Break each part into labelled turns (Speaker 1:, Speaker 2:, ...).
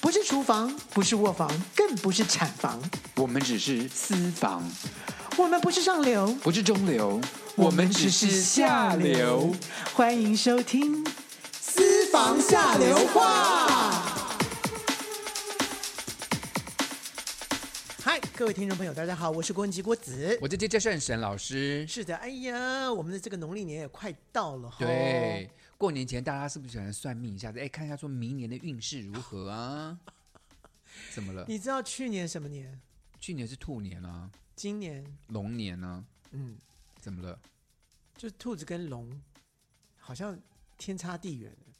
Speaker 1: 不是厨房，不是卧房，更不是产房，
Speaker 2: 我们只是私房，
Speaker 1: 我们不是上流，
Speaker 2: 不是中流，
Speaker 1: 我们只是下流。欢迎收听《私房下流话》。嗨，各位听众朋友，大家好，我是郭文吉郭子。
Speaker 2: 我这接着圣神老师，
Speaker 1: 是的，哎呀，我们的这个农历年也快到了哈。
Speaker 2: 对，
Speaker 1: 哦
Speaker 2: 过年前大家是不是喜欢算命一下子？哎，看一下说明年的运势如何啊？怎么了？
Speaker 1: 你知道去年什么年？
Speaker 2: 去年是兔年啊，
Speaker 1: 今年，
Speaker 2: 龙年啊，
Speaker 1: 嗯，
Speaker 2: 怎么了？
Speaker 1: 就是兔子跟龙，好像天差地远了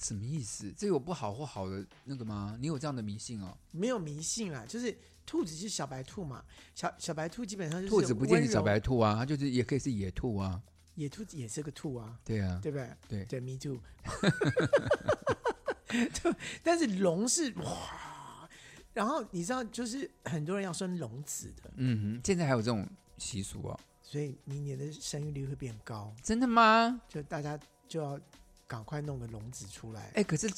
Speaker 2: 什么意思？这有不好或好的那个吗？你有这样的迷信哦？
Speaker 1: 没有迷信啦，就是兔子是小白兔嘛，小小白兔基本上就是
Speaker 2: 兔子不见
Speaker 1: 温
Speaker 2: 是小
Speaker 1: 柔
Speaker 2: 白，兔啊，它就是也可以是野兔啊。
Speaker 1: 野兔子也是个兔啊，
Speaker 2: 对啊，
Speaker 1: 对不对？
Speaker 2: 对
Speaker 1: 对，me too。就但是龙是哇，然后你知道，就是很多人要生龙子的，
Speaker 2: 嗯哼，现在还有这种习俗哦？
Speaker 1: 所以明年的生育率会变高，
Speaker 2: 真的吗？
Speaker 1: 就大家就要赶快弄个龙子出来。
Speaker 2: 哎，可是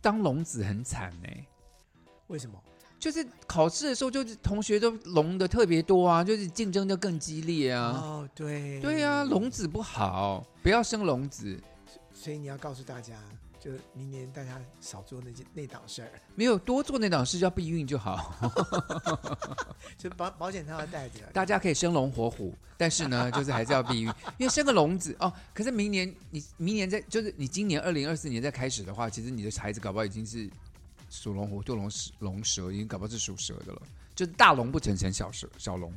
Speaker 2: 当龙子很惨哎、
Speaker 1: 为什么？
Speaker 2: 就是考试的时候，就是同学都龙的特别多啊，就是竞争就更激烈啊。
Speaker 1: 哦，对，
Speaker 2: 对啊，龙子不好，不要生龙子。
Speaker 1: 所以你要告诉大家，就明年大家少做那件那档事儿，
Speaker 2: 没有多做那档事，要避孕就好。
Speaker 1: 就保保险套要带着。
Speaker 2: 大家可以生龙活虎，但是呢，就是还是要避孕，因为生个龙子哦。可是明年你明年再就是你今年二零二四年再开始的话，其实你的孩子搞不好已经是属龙虎、斗龙蛇、龙蛇，已经搞不好是属蛇的了。就是大龙不成成小蛇小龙，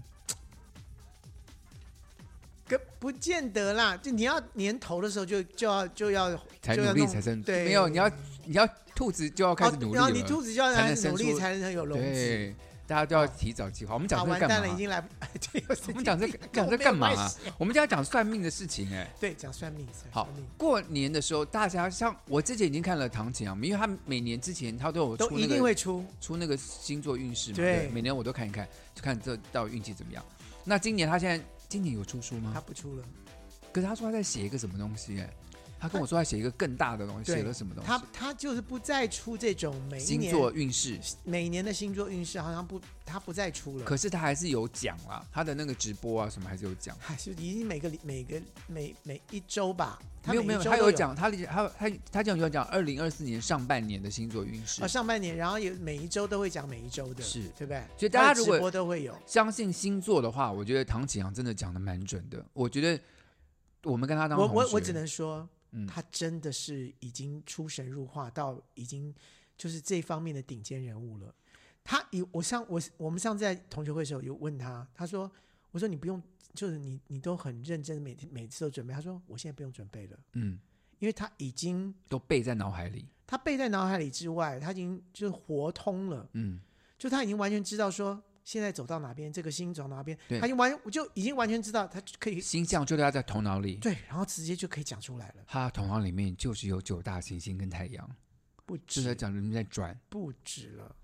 Speaker 1: 可不见得啦，就你要年头的时候就就要就要
Speaker 2: 才
Speaker 1: 就要
Speaker 2: 努力
Speaker 1: 弄
Speaker 2: 才生。
Speaker 1: 对，
Speaker 2: 没有你要你要兔子就要开始努力
Speaker 1: 然
Speaker 2: 了。
Speaker 1: 后你兔子就哦要
Speaker 2: 才能
Speaker 1: 开始努
Speaker 2: 生
Speaker 1: 力
Speaker 2: 出
Speaker 1: 才能有龙子。
Speaker 2: 对，大家都要提早计划。我们
Speaker 1: 啊，
Speaker 2: 讲这
Speaker 1: 完
Speaker 2: 个干
Speaker 1: 蛋了，
Speaker 2: 嘛
Speaker 1: 已？经来 不。对，有时
Speaker 2: 我们
Speaker 1: 间
Speaker 2: 讲 这个
Speaker 1: 跟
Speaker 2: 讲
Speaker 1: 我
Speaker 2: 这
Speaker 1: 没
Speaker 2: 干
Speaker 1: 有
Speaker 2: 嘛
Speaker 1: 关
Speaker 2: 啊
Speaker 1: 系？
Speaker 2: 我们就要讲算命的事情哎、
Speaker 1: 对，讲算命，算
Speaker 2: 好
Speaker 1: 算命，
Speaker 2: 过年的时候，大家像我之前已经看了唐启阳，因为他每年之前他都有
Speaker 1: 都
Speaker 2: 出
Speaker 1: 一
Speaker 2: 那
Speaker 1: 定
Speaker 2: 个
Speaker 1: 会出。
Speaker 2: 出那个星座运势嘛，
Speaker 1: 对
Speaker 2: 对，每年我都看一看，就看这到底运气怎么样。那今年他现在今年有出书
Speaker 1: 他
Speaker 2: 吗？
Speaker 1: 不出了，
Speaker 2: 可是他说他在写一个什么东西哎、他跟我说他写一个更大的东西，
Speaker 1: 对
Speaker 2: 写了什么东
Speaker 1: 他
Speaker 2: 西？
Speaker 1: 他就是不再出这种每一
Speaker 2: 星
Speaker 1: 年
Speaker 2: 座运势，
Speaker 1: 每年的星座运势，好像不他不再出了。
Speaker 2: 可是他还是有讲啦，他的那个直播啊什么还是有讲。
Speaker 1: 还是已经每个礼每个每每一周吧，他
Speaker 2: 没有
Speaker 1: 每一
Speaker 2: 没有，
Speaker 1: 周
Speaker 2: 他
Speaker 1: 都
Speaker 2: 有讲他理他他他讲有讲二零二四年上半年的星座运势
Speaker 1: 啊，，上半年，然后也每一周都会讲每一周的，
Speaker 2: 是
Speaker 1: 对不对？
Speaker 2: 所以大家如
Speaker 1: 他的
Speaker 2: 果
Speaker 1: 直播都会有，
Speaker 2: 相信星座的话，我觉得唐启阳真的讲的蛮准的。我觉得我们跟他当
Speaker 1: 我
Speaker 2: 同
Speaker 1: 我
Speaker 2: 学
Speaker 1: 我只能说，
Speaker 2: 嗯
Speaker 1: 他真的是已经出神入化到已经就是这方面的顶尖人物了。他以我上我我们上次在同学会的时候有问他，他说我说你不用，就是你你都很认真，每天每次都准备。他说我现在不用准备了，
Speaker 2: 嗯
Speaker 1: 因为他已经
Speaker 2: 都背在脑海里，
Speaker 1: 他背在脑海里之外，他已经就是活通了。
Speaker 2: 嗯，
Speaker 1: 就他已经完全知道说现在走到哪边，这个星走到哪边，
Speaker 2: 对
Speaker 1: 他已经完我就已经完全知道他可以
Speaker 2: 星象就在他的头脑里，
Speaker 1: 对，然后直接就可以讲出来了，
Speaker 2: 他的头脑里面就是有九大行星跟太阳，
Speaker 1: 不
Speaker 2: 就在
Speaker 1: 止
Speaker 2: 讲里面在转。
Speaker 1: 不止了。
Speaker 2: 嗯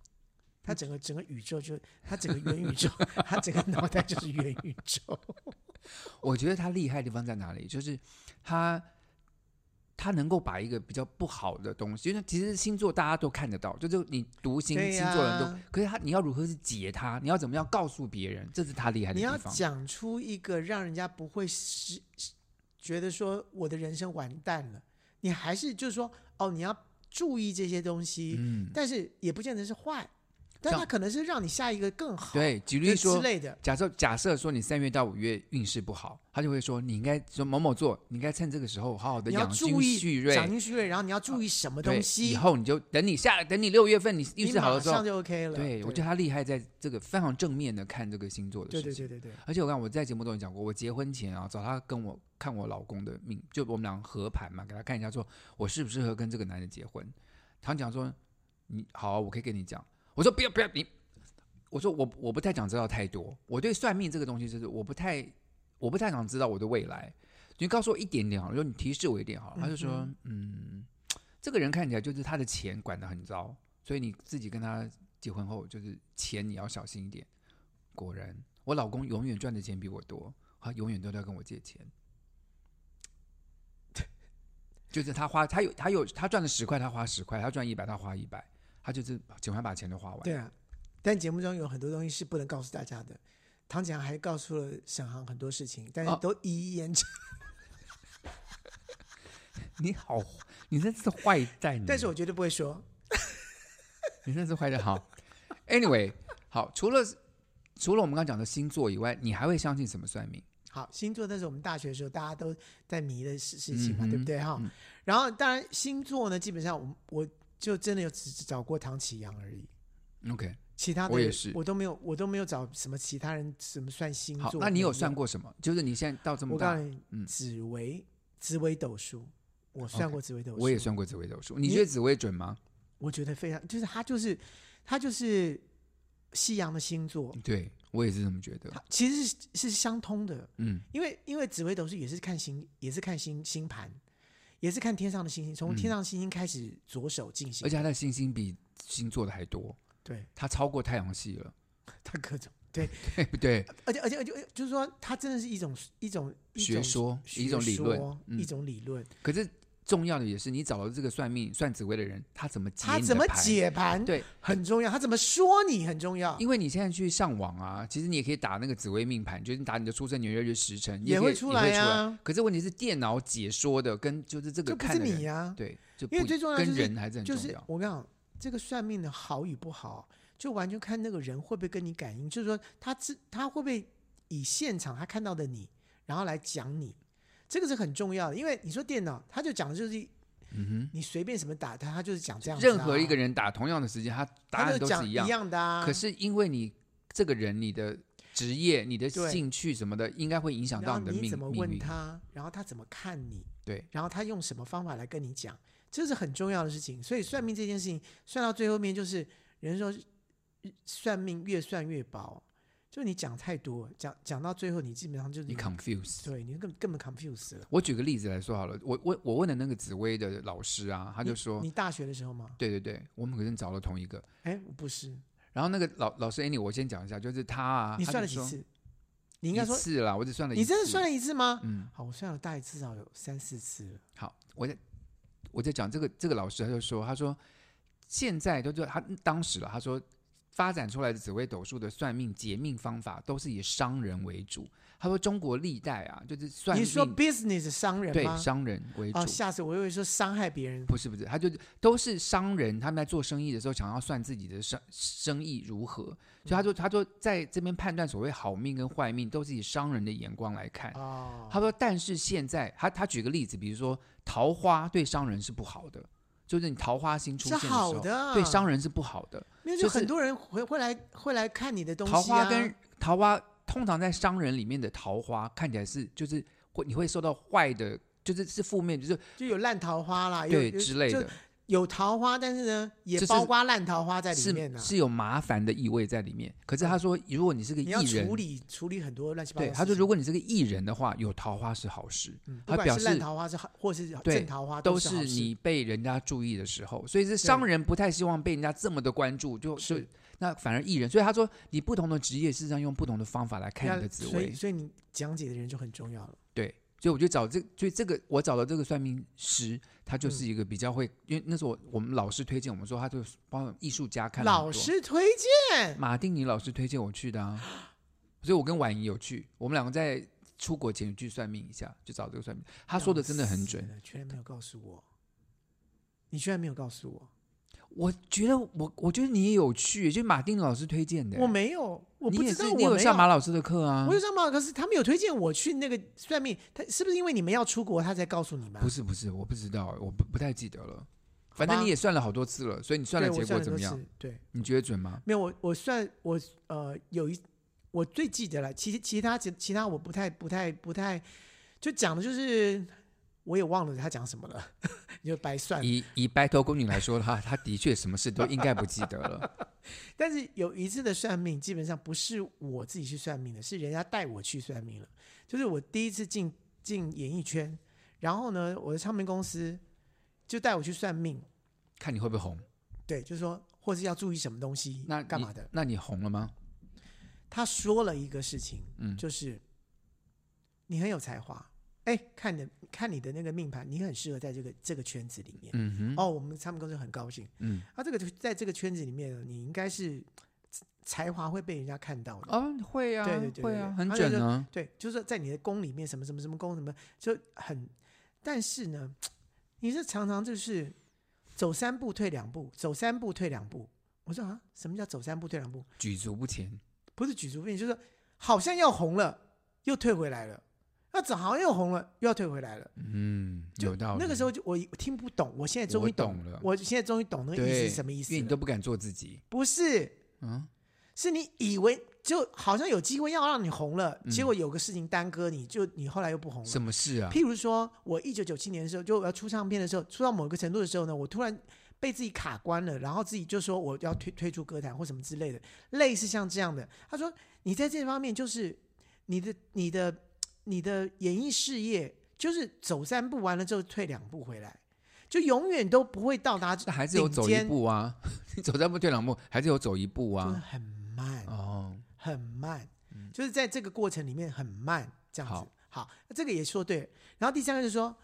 Speaker 1: 他整个整个宇宙就，他整个元宇宙，他整个脑袋就是元宇 宙。
Speaker 2: 我觉得他厉害的地方在哪里？就是他他能够把一个比较不好的东西，因为其实星座大家都看得到，就是你读星、
Speaker 1: 对呀
Speaker 2: 星座人都，可是他你要如何去解它？你要怎么样告诉别人？这是他厉害的
Speaker 1: 你
Speaker 2: 地
Speaker 1: 要
Speaker 2: 方。
Speaker 1: 讲出一个让人家不会是觉得说我的人生完蛋了，你还是就是说哦，你要注意这些东西，
Speaker 2: 嗯，
Speaker 1: 但是也不见得是坏，但
Speaker 2: 像
Speaker 1: 它可能是让你下一个更好，
Speaker 2: 对，举
Speaker 1: 就
Speaker 2: 例
Speaker 1: 之
Speaker 2: 说，
Speaker 1: 类的。
Speaker 2: 假设假设说你三月到五月运势不好，他就会说你应该说某某座，你应该趁这个时候好好的
Speaker 1: 你要
Speaker 2: 养
Speaker 1: 注
Speaker 2: 精
Speaker 1: 意
Speaker 2: 蓄
Speaker 1: 养
Speaker 2: 锐。
Speaker 1: 精蓄锐，然后你要注意什么
Speaker 2: 对
Speaker 1: 东西，
Speaker 2: 以后你就等你下等你六月份你
Speaker 1: 你
Speaker 2: 运势好的
Speaker 1: 马
Speaker 2: 时候
Speaker 1: 上，就 OK 了。
Speaker 2: 对我觉得他厉害在这个非常正面的看这个星座的
Speaker 1: 对
Speaker 2: 事
Speaker 1: 对
Speaker 2: 情。
Speaker 1: 对对对，
Speaker 2: 而且我刚我在节目中也讲过，我结婚前啊，找他跟我看我老公的命，就我们俩合盘嘛，给他看一下，说我适不适合跟这个男人结婚。他讲说，你好啊、我可以跟你讲。我说不要不要你，我说我我不太想知道太多，我对算命这个东西就是我不太我不太想知道我的未来。你告诉我一点点好了，说你提示我一点好了。他就说，嗯，这个人看起来就是他的钱管得很糟，所以你自己跟他结婚后，就是钱你要小心一点。果然，我老公永远赚的钱比我多，他永远都在跟我借钱。 就是他花，他有他有他赚了十块，他花十块；他赚一百，他花一百。他他就是赶快把钱都花完。
Speaker 1: 对啊，但节目中有很多东西是不能告诉大家的。唐景阳还告诉了沈航很多事情，但是
Speaker 2: 哦
Speaker 1: 都一一验证。
Speaker 2: 你好，你真是坏蛋！
Speaker 1: 但是我绝对不会说。
Speaker 2: 你真是坏蛋。好，Anyway，好，除了除了我们刚刚讲的星座以外，你还会相信什么算命？
Speaker 1: 好，星座那是我们大学的时候大家都在迷的事事情嘛，对
Speaker 2: 嗯
Speaker 1: 不
Speaker 2: 哼
Speaker 1: 对哈？
Speaker 2: 嗯
Speaker 1: 然后当然星座呢，基本上我我就真的有只只找过唐启阳而已，
Speaker 2: OK，
Speaker 1: 其他的
Speaker 2: 我也是
Speaker 1: 我都没有，我都没有找什么其他人什么算星
Speaker 2: 好
Speaker 1: 座。，
Speaker 2: 那你有算
Speaker 1: 过？
Speaker 2: 过什么？就是你现在到这么
Speaker 1: 我告
Speaker 2: 大
Speaker 1: 诉，你，
Speaker 2: 嗯
Speaker 1: 紫微紫微斗数，我算过紫微斗数，
Speaker 2: 我也，算过紫微斗数。你
Speaker 1: 你
Speaker 2: 觉得紫微准吗？
Speaker 1: 我觉得非常，就是它就是它就是西洋的星座，
Speaker 2: 对我也是这么觉得。
Speaker 1: 它其实是是相通的，
Speaker 2: 嗯，
Speaker 1: 因为因为紫微斗数也是看星，也是看星星盘，也是看天上的星星，从
Speaker 2: 嗯
Speaker 1: 天上星星开始着手进行，
Speaker 2: 而且它的星星比星座的还多，
Speaker 1: 对
Speaker 2: 它超过太阳系了，
Speaker 1: 它各种对，
Speaker 2: 对不对？
Speaker 1: 而且而且而且就是说，它真的是一种一种一
Speaker 2: 学
Speaker 1: 种
Speaker 2: 说
Speaker 1: 学
Speaker 2: 一种理论
Speaker 1: 说，
Speaker 2: 嗯
Speaker 1: 一种理论，
Speaker 2: 可是重要的也是，你找到这个算命算紫微的人，他怎么解？
Speaker 1: 它怎么？解盘
Speaker 2: 对，
Speaker 1: 很重要，它怎么说你很重要，
Speaker 2: 因为你现在去上网啊，其实你也可以打那个紫微命盘，就是你打你的出生年月日时辰，你
Speaker 1: 也
Speaker 2: 可以
Speaker 1: 会出来
Speaker 2: 也会出来
Speaker 1: 啊
Speaker 2: 可是问题是，电脑解说的跟就是这个
Speaker 1: 这不
Speaker 2: 看
Speaker 1: 是
Speaker 2: 的人
Speaker 1: 你啊呀、
Speaker 2: 对，就
Speaker 1: 因为
Speaker 2: 不
Speaker 1: 最重要就
Speaker 2: 跟
Speaker 1: 是
Speaker 2: 人还是很重
Speaker 1: 就
Speaker 2: 要。
Speaker 1: 是我跟你讲，这个算命的好与不好，就完全看那个人会不会跟你感应，就是说他自他会不会以现场他看到的你，然后来讲你，这个是很重要的。因为你说电脑，他就讲的就是
Speaker 2: 嗯
Speaker 1: 你随便什么打他，他就是讲这样
Speaker 2: 哼，
Speaker 1: 子啊、
Speaker 2: 任何一个人打同样的时间，他
Speaker 1: 他
Speaker 2: 答案
Speaker 1: 就
Speaker 2: 都
Speaker 1: 讲
Speaker 2: 是
Speaker 1: 一
Speaker 2: 一样。
Speaker 1: 的啊。
Speaker 2: 可是因为你这个人，你的职业、你的
Speaker 1: 对
Speaker 2: 兴趣什么的，应该会影响
Speaker 1: 然
Speaker 2: 到
Speaker 1: 后
Speaker 2: 你的
Speaker 1: 你
Speaker 2: 命
Speaker 1: 怎么
Speaker 2: 命
Speaker 1: 问
Speaker 2: 运。
Speaker 1: 他，然后他怎么看你，
Speaker 2: 对，
Speaker 1: 然后他用什么方法来跟你讲，这是很重要的事情。所以算命这件事情，算到最后面就是人说算命越算越薄，就你讲太多，讲讲到最后你基本上就是
Speaker 2: 你 confuse。
Speaker 1: 对你根根本 confuse 了。
Speaker 2: 我举个例子来说好了，我我我问的那个紫薇的老师啊，他就说
Speaker 1: 你，你大学的时候吗？
Speaker 2: 对对对，我们可是找了同一个。
Speaker 1: 哎，我不是，
Speaker 2: 然后那个老老师 Annie，我先讲一下，就是他啊，
Speaker 1: 你
Speaker 2: 他
Speaker 1: 算了
Speaker 2: 就
Speaker 1: 几
Speaker 2: 说？
Speaker 1: 次？你应该说
Speaker 2: 一次啦，我只算了一次。
Speaker 1: 你真的算
Speaker 2: 了？
Speaker 1: 了一次吗？
Speaker 2: 嗯，
Speaker 1: 好，我算了大概至少有三四次了。
Speaker 2: 好，我在我在讲这个这个老师，他就说，他说现在都知道他当时了，他说发展出来的紫微斗数的算命解命方法都是以商人为主。他说中国历代啊，就是算
Speaker 1: 你
Speaker 2: 命
Speaker 1: 说 business 商人
Speaker 2: 对
Speaker 1: 吗？
Speaker 2: 商人为主。
Speaker 1: 哦，吓死我！我以为说伤害别人。
Speaker 2: 不是不是，他就都是商人，他们在做生意的时候想要算自己的生生意如何，所以
Speaker 1: 嗯
Speaker 2: 他说他说在这边判断所谓好命跟坏命，都是以商人的眼光来看。
Speaker 1: 哦，
Speaker 2: 他说，但是现在他他举个例子，比如说桃花对商人是不好的，就是你桃花星出
Speaker 1: 是
Speaker 2: 现的时
Speaker 1: 好
Speaker 2: 候，
Speaker 1: 的啊，
Speaker 2: 对商人是不好的。
Speaker 1: 没有，
Speaker 2: 就
Speaker 1: 就是很多人会会来会来看你的东西、啊。
Speaker 2: 桃花跟桃花通常在商人里面的桃花看起来是就是会你会受到坏的，就是是负面，就是
Speaker 1: 就有烂桃花啦，有
Speaker 2: 对
Speaker 1: 哎有
Speaker 2: 之类
Speaker 1: 就
Speaker 2: 的，
Speaker 1: 有桃花，但是呢，也
Speaker 2: 就是
Speaker 1: 包括烂桃花在里面啊
Speaker 2: 是
Speaker 1: 呢、
Speaker 2: 是有麻烦的意味在里面。可是他说，如果你是个
Speaker 1: 你要
Speaker 2: 艺
Speaker 1: 处
Speaker 2: 人，
Speaker 1: 理处理很多乱七八糟
Speaker 2: 对
Speaker 1: 的事
Speaker 2: 他
Speaker 1: 情。
Speaker 2: 说，如果你是个艺人的话，有桃花是好事。
Speaker 1: 嗯
Speaker 2: 他
Speaker 1: 不管
Speaker 2: 表
Speaker 1: 是烂
Speaker 2: 示
Speaker 1: 桃花是好，或是
Speaker 2: 对
Speaker 1: 正桃花，
Speaker 2: 都
Speaker 1: 是
Speaker 2: 是
Speaker 1: 好事
Speaker 2: 你被人家注意的时候，所以是商人不太希望被人家这么的关注，就就是那反而艺人，所以他说你不同的职业事实上用不同的方法来看
Speaker 1: 要
Speaker 2: 你的紫
Speaker 1: 所以
Speaker 2: 薇，
Speaker 1: 所以你讲解的人就很重要了。
Speaker 2: 对，所以我就找这，所以这个我找了这个算命师，他
Speaker 1: 嗯
Speaker 2: 就是一个比较会，因为那时候我我们老师推荐我们说，他就帮艺术家看了很多
Speaker 1: 老师推荐
Speaker 2: 马丁尼老师推荐我去的啊，所以我跟婉莹有去，我们两个在出国前有去算命一下，就找这个算命，他说的真的很准
Speaker 1: 要死，了，居然没有告诉我，你居然没有告诉我，
Speaker 2: 我觉得我，我觉得你也有去，就是马丁老师推荐的。
Speaker 1: 我没有，我不
Speaker 2: 你也
Speaker 1: 知
Speaker 2: 是
Speaker 1: 道我
Speaker 2: 你
Speaker 1: 没有
Speaker 2: 有上马老师的课啊
Speaker 1: 我？就上报，可是他们有推荐我去那个算命，他是不是因为你们要出国，他才告诉你们啊？
Speaker 2: 不是不是，我不知道，我不不太记得了。反
Speaker 1: 吧
Speaker 2: 正你也算了好多次了，所以你算
Speaker 1: 对，
Speaker 2: 了
Speaker 1: 我
Speaker 2: 结
Speaker 1: 算
Speaker 2: 果
Speaker 1: 了
Speaker 2: 怎
Speaker 1: 多
Speaker 2: 么样
Speaker 1: 次？？对，
Speaker 2: 你觉得准吗？
Speaker 1: 没有我我算我呃有一我最记得了，其其他其其他我不太不太不太就讲的就是我也忘了他讲什么了， 你就白算了。
Speaker 2: 以以白头宫女来说，她她的确什么事都应该不记得 了。
Speaker 1: 但是有一次的算命，基本上不是我自己去算命的，是人家带我去算命了。就是我第一次进进演艺圈，然后呢，我的唱片公司就带我去算命，
Speaker 2: 看你会不会红？
Speaker 1: 对，就是说或是要注意什么东西，
Speaker 2: 那你
Speaker 1: 干嘛的？？
Speaker 2: 那你红了吗？
Speaker 1: 他说了一个事情，
Speaker 2: 嗯
Speaker 1: 就是你很有才华，哎、哎，看你的看你的那个命盘，你很适合在这个这个圈子里面。
Speaker 2: 嗯哼，
Speaker 1: 哦，我们他们公司很高兴，
Speaker 2: 嗯，
Speaker 1: 他、这个就在这个圈子里面呢，你应该是才华会被人家看到的。
Speaker 2: 哦，会啊，
Speaker 1: 对对对
Speaker 2: 会
Speaker 1: 对
Speaker 2: 啊，
Speaker 1: 对
Speaker 2: 很
Speaker 1: 他就
Speaker 2: 准
Speaker 1: 说
Speaker 2: 啊，
Speaker 1: 对，就是说在你的宫里面什么什么什么宫什么，就很，但是呢，你是常常就是走三步退两步，走三步退两步。我说啊，什么叫走三步退两步？
Speaker 2: 举足不前。
Speaker 1: 不是举足轻重，就是说好像要红了，又退回来了，要走好像又红了，又要退回来了。
Speaker 2: 嗯，
Speaker 1: 就
Speaker 2: 有道理。
Speaker 1: 那个时
Speaker 2: 候，
Speaker 1: 候就我我听不懂，我现在终于
Speaker 2: 我懂
Speaker 1: 懂
Speaker 2: 了
Speaker 1: 我现在终于懂那个意思
Speaker 2: 对
Speaker 1: 是什么意
Speaker 2: 因为
Speaker 1: 思
Speaker 2: 你
Speaker 1: 了。
Speaker 2: 都不敢做自己，
Speaker 1: 不是，
Speaker 2: 嗯，
Speaker 1: 是你以为就好像有机会要让你红了，
Speaker 2: 嗯
Speaker 1: 结果有个事情耽搁你，就你后来又不红了。
Speaker 2: 什么事啊？
Speaker 1: 譬如说，我一九九七年的时候，就我要出唱片的时候，出到某个程度的时候呢，我突然被自己卡关了，然后自己就说我要退退出歌坛或什么之类的，类似像这样的。他说你在这方面就是你的你的你的演艺事业，就是走三步完了之后退两步回来，就永远都不会到达
Speaker 2: 那还是有
Speaker 1: 顶
Speaker 2: 走一
Speaker 1: 尖
Speaker 2: 步啊， 你走三步退两步，还是有走一步
Speaker 1: 就是
Speaker 2: 啊。
Speaker 1: 很慢。
Speaker 2: 哦，
Speaker 1: 很慢，就是在这个过程里面很慢，这样子
Speaker 2: 嗯好。
Speaker 1: 好，那这个也说对了。然后第三个就是说，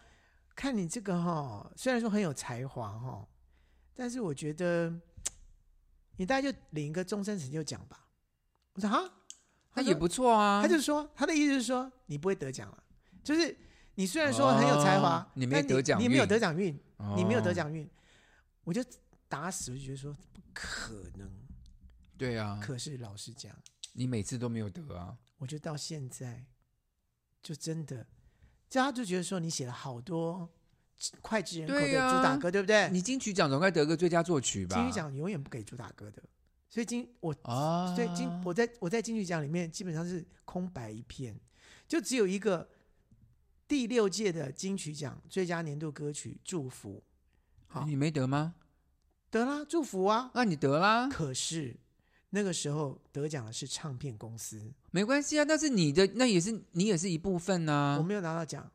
Speaker 1: 看你这个哈、虽然说很有才华哈、但是我觉得你大概就领一个终身成就奖吧。我说哈，他
Speaker 2: 那也
Speaker 1: 说，
Speaker 2: 不错啊。
Speaker 1: 他就说他的意思是说你不会得奖了，就是你虽然说很有才华，
Speaker 2: 哦你没
Speaker 1: 但
Speaker 2: 得奖
Speaker 1: 你没有
Speaker 2: 运
Speaker 1: 得奖运，你没有得
Speaker 2: 哦，
Speaker 1: 奖运，我就打死我就觉得说不可能。
Speaker 2: 对啊，
Speaker 1: 可是老实讲。
Speaker 2: 你每次都没有得啊。
Speaker 1: 我就到现在，就真的，大家就觉得说你写了好多脍炙人口
Speaker 2: 对
Speaker 1: 的
Speaker 2: 呀
Speaker 1: 主打歌，对不对？
Speaker 2: 你金曲奖总该得个最佳作曲吧？
Speaker 1: 哎金曲奖永远不给主打歌的，所以金我
Speaker 2: 啊，
Speaker 1: 所以金我在我在金曲奖里面基本上是空白一片，就只有一个第六届的金曲奖最佳年度歌曲《祝福》，好
Speaker 2: 你没得吗？
Speaker 1: 得啦，祝福啊！
Speaker 2: 那、你得啦，
Speaker 1: 可是那个时候得奖的是唱片公司，
Speaker 2: 没关系啊。但是你的那也是你也是一部分
Speaker 1: 我
Speaker 2: 啊。
Speaker 1: 没有拿到奖，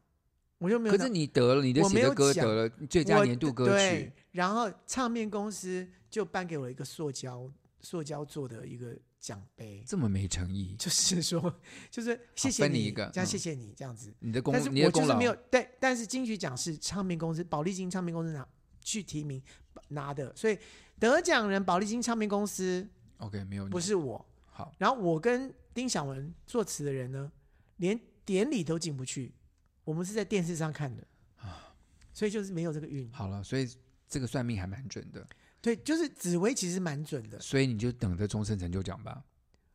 Speaker 1: 我就没有
Speaker 2: 可
Speaker 1: 拿
Speaker 2: 是你得了，你的
Speaker 1: 我没
Speaker 2: 写的
Speaker 1: 有
Speaker 2: 歌
Speaker 1: 讲
Speaker 2: 得了最佳
Speaker 1: 我
Speaker 2: 年度歌
Speaker 1: 对
Speaker 2: 曲，，
Speaker 1: 然后唱片公司就颁给我一个塑胶塑胶做的一个奖杯，
Speaker 2: 这么没诚意，
Speaker 1: 就是说，就是谢谢
Speaker 2: 分你
Speaker 1: 你
Speaker 2: 一个
Speaker 1: 这样谢
Speaker 2: 嗯
Speaker 1: 谢你这样子。
Speaker 2: 你的功
Speaker 1: 但是
Speaker 2: 你的
Speaker 1: 我就
Speaker 2: 功
Speaker 1: 是
Speaker 2: 劳
Speaker 1: 没有对，但是金曲奖是唱片公司宝丽金唱片公司拿去提名拿的，所以得奖人宝丽金唱片公司
Speaker 2: OK 没有
Speaker 1: 不
Speaker 2: 你
Speaker 1: 是我。
Speaker 2: 好
Speaker 1: 然后我跟丁晓文作词的人呢，连典礼都进不去，我们是在电视上看的，所以就是没有这个运。
Speaker 2: 啊好了，所以这个算命还蛮准的，
Speaker 1: 对，就是紫薇其实蛮准的，
Speaker 2: 所以你就等着终身成就奖吧。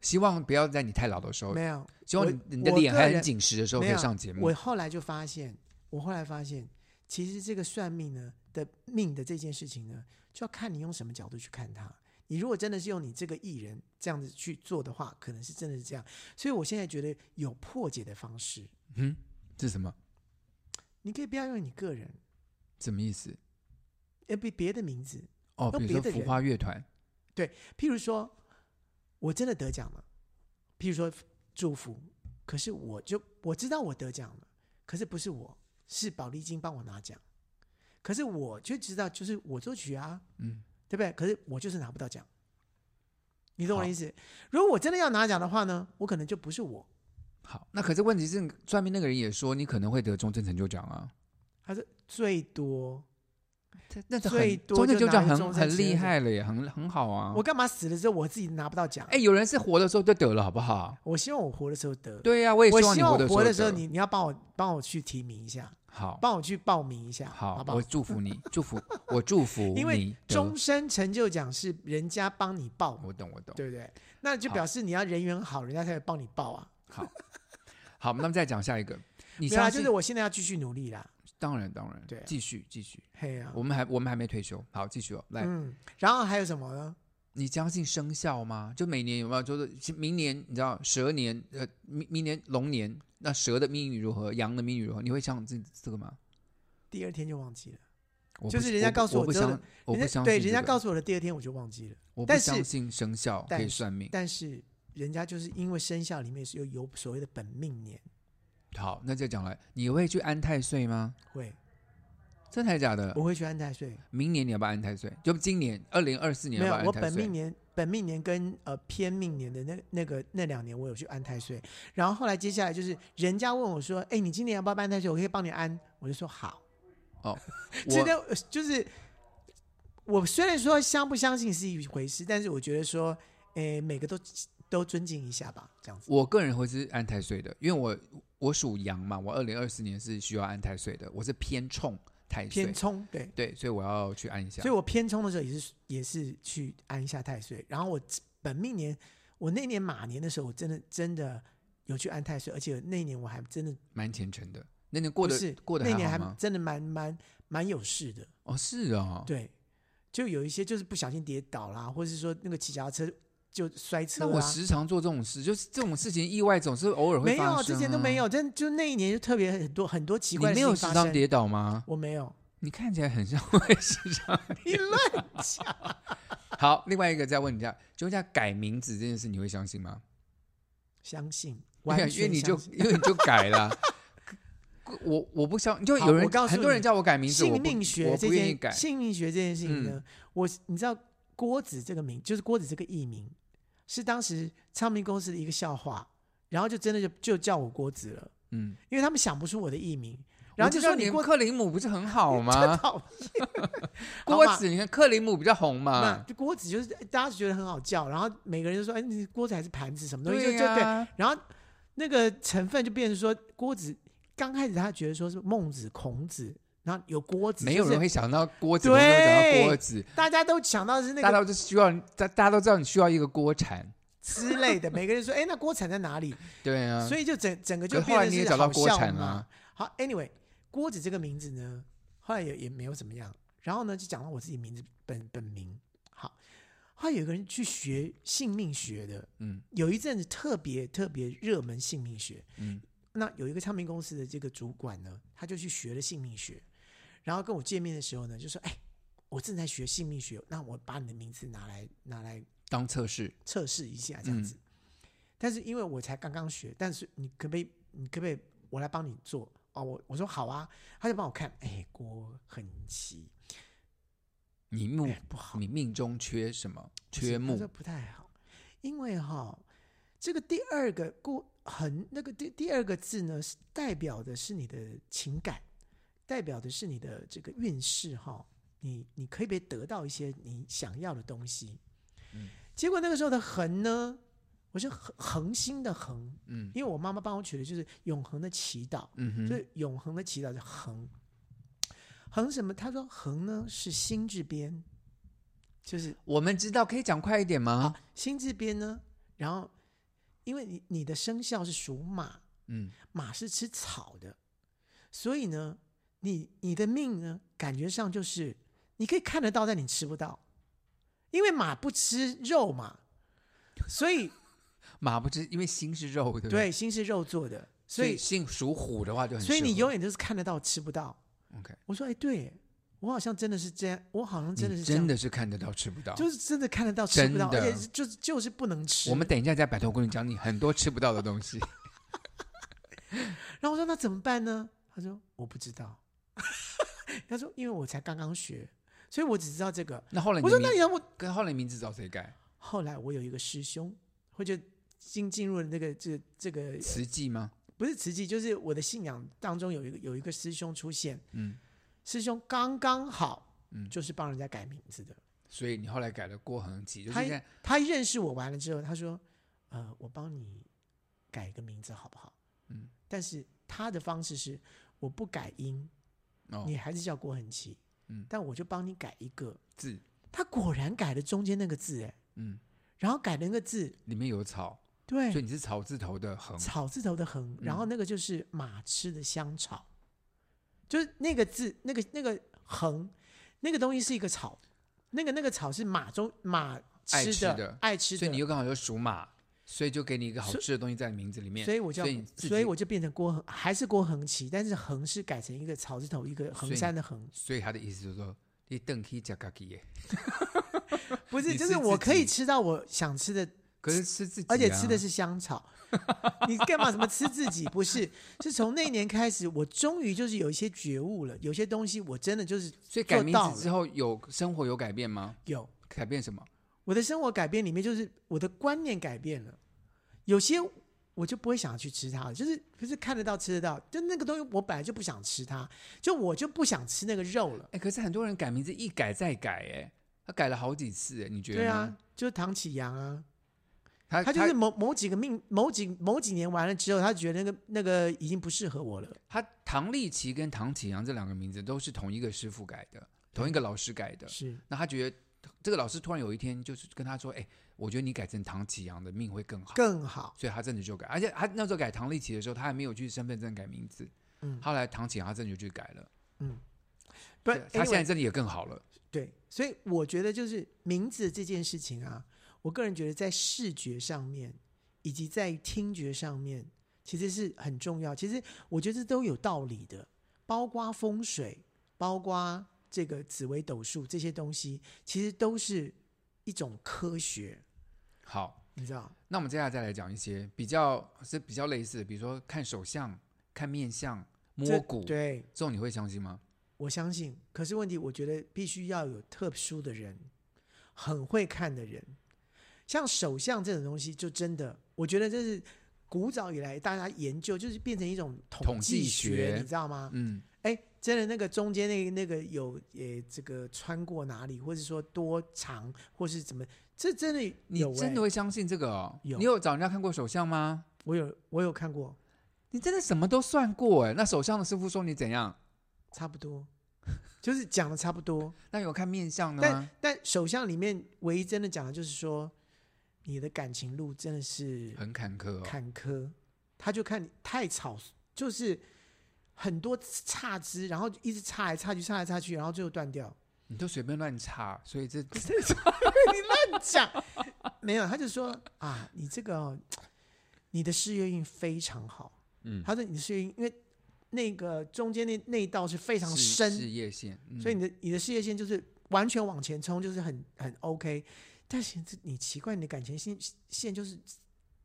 Speaker 2: 希望不要在你太老的时候，
Speaker 1: 没有。
Speaker 2: 希望
Speaker 1: 我
Speaker 2: 你你的
Speaker 1: 我
Speaker 2: 脸
Speaker 1: 个
Speaker 2: 还很
Speaker 1: 人
Speaker 2: 紧实的时候可
Speaker 1: 没
Speaker 2: 以
Speaker 1: 有啊
Speaker 2: 上哦节目
Speaker 1: 我。后来就发现，我后来发现，其实这个算命呢的命的这件事情呢，就要看你用什么角度去看它。你如果真的是用你这个艺人这样子去做的话，可能是真的是这样。所以我现在觉得有破解的方式，
Speaker 2: 嗯，这是什么？
Speaker 1: 你可以不要用你个人，
Speaker 2: 什么意思？
Speaker 1: 要别别的名字。
Speaker 2: 哦，
Speaker 1: 用
Speaker 2: 比如
Speaker 1: 别
Speaker 2: 说
Speaker 1: 的
Speaker 2: 浮
Speaker 1: 人
Speaker 2: 花乐团，
Speaker 1: 譬如说，我真的得奖了，譬如说祝福，可是我就我知道我得奖了，可是不是我，是宝丽金帮我拿奖，可是我却知道就是我作曲啊，
Speaker 2: 嗯，
Speaker 1: 对不对？可是我就是拿不到奖，你懂我的
Speaker 2: 好
Speaker 1: 意思？如果我真的要拿奖的话呢，我可能就不是我，
Speaker 2: 好，那可是问题是，算命那个人也说你可能会得终身成就奖啊。
Speaker 1: 他是最多，
Speaker 2: 那这
Speaker 1: 最
Speaker 2: 很
Speaker 1: 多
Speaker 2: 终身
Speaker 1: 就拿
Speaker 2: 成就奖
Speaker 1: 一
Speaker 2: 很
Speaker 1: 终身
Speaker 2: 很
Speaker 1: 成
Speaker 2: 厉
Speaker 1: 就奖
Speaker 2: 害了耶，很很好啊。
Speaker 1: 我干嘛死了之后我自己拿不到奖？
Speaker 2: 哎，有人是活的时候就得了，好不好？
Speaker 1: 我希望我活的时候得，
Speaker 2: 对呀、我也
Speaker 1: 我
Speaker 2: 望你
Speaker 1: 希望我
Speaker 2: 活
Speaker 1: 活
Speaker 2: 的
Speaker 1: 的时候
Speaker 2: 得
Speaker 1: 你你要帮我帮我去提名一下，
Speaker 2: 好
Speaker 1: 帮我去报名一下，好
Speaker 2: 好，
Speaker 1: 不好
Speaker 2: 我？祝福你，祝福我祝福
Speaker 1: 因为
Speaker 2: 你得。
Speaker 1: 终身成就奖是人家帮你报，
Speaker 2: 我懂我懂。
Speaker 1: 对不对？那就表示你要人缘好，人家才会帮你报啊。
Speaker 2: 好，好，那么再讲下一个。你
Speaker 1: 没有啦，啊
Speaker 2: 相
Speaker 1: 就
Speaker 2: 信？
Speaker 1: 是我现在要继续努力啦。
Speaker 2: 当然当然，
Speaker 1: 对啊
Speaker 2: 继续继续。
Speaker 1: 嘿呀、啊，
Speaker 2: 我们还我们还没退休，好，继续哦。来，
Speaker 1: 嗯，然后还有什么呢？
Speaker 2: 你相信生肖吗？就每年有没有？就是明年你知道蛇年，呃，明明年龙年，那蛇的命运如何？羊的命运如何？你会相信这这个吗？
Speaker 1: 第二天就忘记了，
Speaker 2: 我不
Speaker 1: 就是
Speaker 2: 信
Speaker 1: 人家
Speaker 2: 不
Speaker 1: 告诉
Speaker 2: 我
Speaker 1: 我
Speaker 2: 不
Speaker 1: 之后
Speaker 2: 相，我不
Speaker 1: 人
Speaker 2: 相
Speaker 1: 家
Speaker 2: 信
Speaker 1: 对
Speaker 2: 这
Speaker 1: 人家
Speaker 2: 个
Speaker 1: 告诉我的第二天我就忘记了。
Speaker 2: 我不
Speaker 1: 但是
Speaker 2: 相信生肖可以
Speaker 1: 但
Speaker 2: 算命。
Speaker 1: 但是人家就是因为生肖里面是有有所谓的本命年，
Speaker 2: 好，那再讲来，你会去安太岁吗？
Speaker 1: 会
Speaker 2: 真的还假的？
Speaker 1: 我会去安太岁。
Speaker 2: 明年你要不要安太岁？就今年二零二四年
Speaker 1: 没
Speaker 2: 要
Speaker 1: 有
Speaker 2: 不，要
Speaker 1: 我
Speaker 2: 安太
Speaker 1: 本
Speaker 2: 岁
Speaker 1: 命？年、本命年跟呃偏命年的那那个那两年，我有去安太岁。然后后来接下来就是人家问我说：“哎，你今年要不要安太岁？我可以帮你安。”我就说好。真
Speaker 2: 我
Speaker 1: 的呃就是，我虽然说相不相信是一回事，但是我觉得说，诶，每个都都尊敬一下吧，这样子。
Speaker 2: 我个人会是安太岁的，因为我我属羊嘛，我二零二四年是需要安太岁的，我是偏冲太岁
Speaker 1: 偏，冲对，
Speaker 2: 对，所以我要去安一下
Speaker 1: 所以。我偏冲的时候也是也是去安一下太岁。然后我本命年，我那年马年的时候，我真的真的有去安太岁，而且那年我还真的
Speaker 2: 蛮虔诚的。那年过
Speaker 1: 不
Speaker 2: 得
Speaker 1: 是
Speaker 2: 过得
Speaker 1: 那年
Speaker 2: 还好
Speaker 1: 还
Speaker 2: 吗？
Speaker 1: 真的蛮蛮蛮有事的，
Speaker 2: 哦，是哦，
Speaker 1: 对，就有一些就是不小心跌倒啦，或者是说那个骑脚踏车就摔车
Speaker 2: 那
Speaker 1: 啦。
Speaker 2: 我时常做这种事，就是这种事情意外总是偶尔
Speaker 1: 啊
Speaker 2: 会
Speaker 1: 没
Speaker 2: 发生、啊
Speaker 1: 有，啊之前都没。有，但就那一年就特别很多很多奇
Speaker 2: 你
Speaker 1: 怪的
Speaker 2: 没
Speaker 1: 事
Speaker 2: 有
Speaker 1: 情
Speaker 2: 时
Speaker 1: 发
Speaker 2: 常
Speaker 1: 生。
Speaker 2: 跌倒吗？
Speaker 1: 我没有，
Speaker 2: 你看起来很像会时常。
Speaker 1: 你乱讲。
Speaker 2: 好，另外一个再问你一下，就下改名字这件事，你会相信吗？
Speaker 1: 相信，
Speaker 2: 因
Speaker 1: 完
Speaker 2: 为因为
Speaker 1: 全
Speaker 2: 你就
Speaker 1: 相信
Speaker 2: 因为你就改了。我我不相，就
Speaker 1: 好
Speaker 2: 有人
Speaker 1: 我告诉
Speaker 2: 很多人
Speaker 1: 你
Speaker 2: 叫我改名字，我
Speaker 1: 性
Speaker 2: 不
Speaker 1: 命学
Speaker 2: 我不
Speaker 1: 这
Speaker 2: 愿意改嗯
Speaker 1: 件。性命学这件事情呢，我你知道郭子这个名，就是郭子这个艺名，是当时唱片公司的一个笑话，然后就真的就就叫我郭子了，
Speaker 2: 嗯，
Speaker 1: 因为他们想不出我的艺名，然后就
Speaker 2: 我知道
Speaker 1: 说
Speaker 2: 你
Speaker 1: 你郭
Speaker 2: 克林姆不是 很好
Speaker 1: 真
Speaker 2: 吗？
Speaker 1: 讨好
Speaker 2: 郭
Speaker 1: 嘛
Speaker 2: 子，你啊看克林姆比较红
Speaker 1: 那
Speaker 2: 嘛，
Speaker 1: 就郭子就是大家觉得很好叫，然后每个人就说：“哎，你郭子还是盘子什么东西？”就就对，
Speaker 2: 呀，
Speaker 1: 然后那个成分就变成说，郭子刚开始他觉得说是孟子、孔子，然后有郭子，
Speaker 2: 没有
Speaker 1: 就
Speaker 2: 人
Speaker 1: 是
Speaker 2: 会想到锅子，
Speaker 1: 对
Speaker 2: 没有人想到锅子，
Speaker 1: 大家都想到是那
Speaker 2: 大
Speaker 1: 个
Speaker 2: 家都需要，大大家都知道你需要一个锅铲，
Speaker 1: 之类的，每个人说：“哎，那锅铲在哪里？”
Speaker 2: 对啊，
Speaker 1: 所以就整整个就
Speaker 2: 可是后
Speaker 1: 变
Speaker 2: 来
Speaker 1: 得
Speaker 2: 你也
Speaker 1: 是
Speaker 2: 找到
Speaker 1: 好
Speaker 2: 锅
Speaker 1: 笑
Speaker 2: 铲
Speaker 1: 嘛
Speaker 2: 啊。
Speaker 1: 好，anyway，郭子这个名字呢，后来也也没有怎么样。然后呢，就讲到我自己名字本本名。好，后来有个人去学性命学的，
Speaker 2: 嗯
Speaker 1: 有一阵子特别特别热门性命学。
Speaker 2: 嗯，
Speaker 1: 那有一个唱片公司的这个主管呢，他就去学了姓命学，然后跟我见面的时候呢，就说：“哎，我正在学姓命学，那我把你的名字拿来拿来
Speaker 2: 当测试，
Speaker 1: 测试一下这样子。但是因为我才刚刚学，但是你可不可以，你可不可以我来帮你做？哦，我我说好啊，他就帮我看，哎，郭恒奇，
Speaker 2: 你目
Speaker 1: 哎，不好，
Speaker 2: 你命中缺什么？缺
Speaker 1: 木，他说
Speaker 2: 木，
Speaker 1: 不太好，因为哈、这个第二个过很那个第第二个字呢，是代表的是你的情感，代表的是你的这个运势哈、你你可以被得到一些你想要的东西。
Speaker 2: 嗯
Speaker 1: 结果那个时候的恒呢，我是恒恒星的恒，
Speaker 2: 嗯
Speaker 1: 因为我妈妈帮我取的就是永恒的祈祷，
Speaker 2: 嗯
Speaker 1: 所
Speaker 2: 哼，
Speaker 1: 以永恒的祈祷是恒。恒什么？他说恒呢是心字边，就是
Speaker 2: 我们知道，可以讲快一点吗？
Speaker 1: 心这边呢，然后因为你你的生肖是属马，
Speaker 2: 嗯，
Speaker 1: 马是吃草的，所以呢，你你的命呢，感觉上就是你可以看得到，但你吃不到，因为马不吃肉嘛，所以
Speaker 2: 马不知，因为心是肉， 对不对？
Speaker 1: 对心是肉做的，所
Speaker 2: 所以
Speaker 1: 以
Speaker 2: 姓属虎的话就很适
Speaker 1: 所
Speaker 2: 合，
Speaker 1: 以你永远都是看得到吃不到。
Speaker 2: OK，
Speaker 1: 我说哎，对我好像真的是这样，我好像真的
Speaker 2: 你
Speaker 1: 是这样，
Speaker 2: 真的是看得到吃不到。
Speaker 1: 就是真的看得到吃不到，
Speaker 2: 真
Speaker 1: 而
Speaker 2: 的
Speaker 1: 且是就是就是不能吃。
Speaker 2: 我们等一下在摆头跟你讲你很多吃不到的东西，
Speaker 1: 然后我说那怎么办呢？他说我不知道。 他说因为我才刚刚学，所以我只知道这个。
Speaker 2: 那后来
Speaker 1: 我
Speaker 2: 你
Speaker 1: 说
Speaker 2: 的
Speaker 1: 那
Speaker 2: 名
Speaker 1: 你让我
Speaker 2: 跟后来名字找谁改？
Speaker 1: 后来我有一个师兄，或者进进入了那个这这个
Speaker 2: 慈济吗？
Speaker 1: 不是慈济，就是我的信仰当中有一个有一个师兄出现，
Speaker 2: 嗯，
Speaker 1: 师兄刚刚好，
Speaker 2: 嗯
Speaker 1: 就是帮人家改名字的。
Speaker 2: 所以你后来改了郭恒奇，就是
Speaker 1: 他
Speaker 2: 现在
Speaker 1: 他认识我完了之后，他说：“呃，我帮你改一个名字好不好？”
Speaker 2: 嗯，
Speaker 1: 但是他的方式是我不改音，
Speaker 2: 哦
Speaker 1: 你还是叫郭恒奇，
Speaker 2: 嗯
Speaker 1: 但我就帮你改一个。
Speaker 2: 字，
Speaker 1: 他果然改了中间那个字，哎，
Speaker 2: 嗯，
Speaker 1: 然后改了那个字，
Speaker 2: 里面有草，所以
Speaker 1: 对，
Speaker 2: 你是草字头的恒，
Speaker 1: 草字头的
Speaker 2: 嗯
Speaker 1: 横，然后那个就是马吃的香草，就是那个字，那个那个横，那个东西是一个草，那个那个草是马中马
Speaker 2: 爱
Speaker 1: 吃
Speaker 2: 吃的
Speaker 1: 的爱吃的，
Speaker 2: 所以你又刚好又属马，所以就给你一个好吃的东西在名字里面。
Speaker 1: 所以我就要
Speaker 2: 所以你自己
Speaker 1: 所以我就变成郭恒，还是郭恒奇，但是横是改成一个草字头，一个
Speaker 2: 所以
Speaker 1: 横
Speaker 2: 你
Speaker 1: 山的横，
Speaker 2: 所以他的意思就是说，你邓 K 加嘎 K 耶，
Speaker 1: 不是，
Speaker 2: 你
Speaker 1: 就是是我
Speaker 2: 自
Speaker 1: 可以
Speaker 2: 己
Speaker 1: 吃到我想吃的
Speaker 2: 可是吃自己、啊，
Speaker 1: 而且吃的是香草， 你干嘛？什么吃自己？不是，是从那年开始，我终于就是有一些觉悟了，有些东西我真的就是
Speaker 2: 所以改
Speaker 1: 做
Speaker 2: 名
Speaker 1: 到
Speaker 2: 字
Speaker 1: 了
Speaker 2: 之后有生活有改变吗？
Speaker 1: 有
Speaker 2: 改变什么？
Speaker 1: 我的生活改变里面，就是我的观念改变了，有些我就不会想要去吃它了，就是就是看得到吃得到，就那个东西我本来就不想吃它，就我就不想吃那个肉了。
Speaker 2: 哎，可是很多人改名字一改再改，哎，他改了好几次，哎，你觉得？
Speaker 1: 对啊，，就是唐启阳啊，
Speaker 2: 他
Speaker 1: 他
Speaker 2: 他
Speaker 1: 就是某某几个命某几某几年完了之后，他觉得那个那个已经不适合我了。
Speaker 2: 他唐立奇跟唐启阳这两个名字都是同一个师傅改的，同一个老师改的。
Speaker 1: 是，
Speaker 2: 那他觉得这个老师突然有一天就是跟他说：“哎，我觉得你改成唐启阳的命会更好。”
Speaker 1: 更好。
Speaker 2: 所以他真的就改，而且他那时候改唐立奇的时候，他还没有去身份证改名字。
Speaker 1: 嗯
Speaker 2: 后来唐启阳他真的就去改了，
Speaker 1: 不，
Speaker 2: 对他现在
Speaker 1: anyway，
Speaker 2: 真的也更好了。
Speaker 1: 对，所以我觉得就是名字这件事情啊，我个人觉得在视觉上面以及在听觉上面，其实是很重要。其实我觉得这都有道理的，包括风水，包括这个紫微斗数这些东西，其实都是一种科学，
Speaker 2: 好，
Speaker 1: 你知道？
Speaker 2: 那我们接下来再来讲一些比较是比较类似的，比如说看手相、看面相、摸
Speaker 1: 这
Speaker 2: 骨这
Speaker 1: 对，
Speaker 2: 种，你会相信吗？
Speaker 1: 我相信，可是问题，我觉得必须要有特殊的人，很会看的人，像手相这种东西，就真的，我觉得这是古早以来大家研究，就是变成一种
Speaker 2: 统
Speaker 1: 计
Speaker 2: 计学
Speaker 1: 你知道吗？
Speaker 2: 嗯，
Speaker 1: 哎，真的那个中间那个那个有呃这个穿过哪里，或者说多长，或是怎么，这真的
Speaker 2: 你
Speaker 1: 有、
Speaker 2: 真
Speaker 1: 哎
Speaker 2: 的会相信这个、哦？
Speaker 1: 有
Speaker 2: 你有找人家看过手相吗？
Speaker 1: 我有我有看过，
Speaker 2: 你真的什么都算过哎？那手相的师傅说你怎样？
Speaker 1: 差不多，就是讲的差不多。
Speaker 2: 那有看面相的
Speaker 1: 但
Speaker 2: 吗？
Speaker 1: 但首相里面唯一真的讲的就是说，你的感情路真的是
Speaker 2: 很坎坷、哦。
Speaker 1: 坎坷，他就看你太草，就是很多岔枝，然后一直岔来岔去，岔来岔去，然后最后断掉。
Speaker 2: 你都随便乱插，所以这
Speaker 1: 讲没有，他就说啊，你这个哦、你的事业运非常好。
Speaker 2: 嗯
Speaker 1: 他说你的事业运，因为那个中间那那一道是非常
Speaker 2: 事
Speaker 1: 深，
Speaker 2: 事业线，嗯
Speaker 1: 所以你的你的事业线就是完全往前冲，就是很很 OK。但是这你奇怪，你的感情线线就是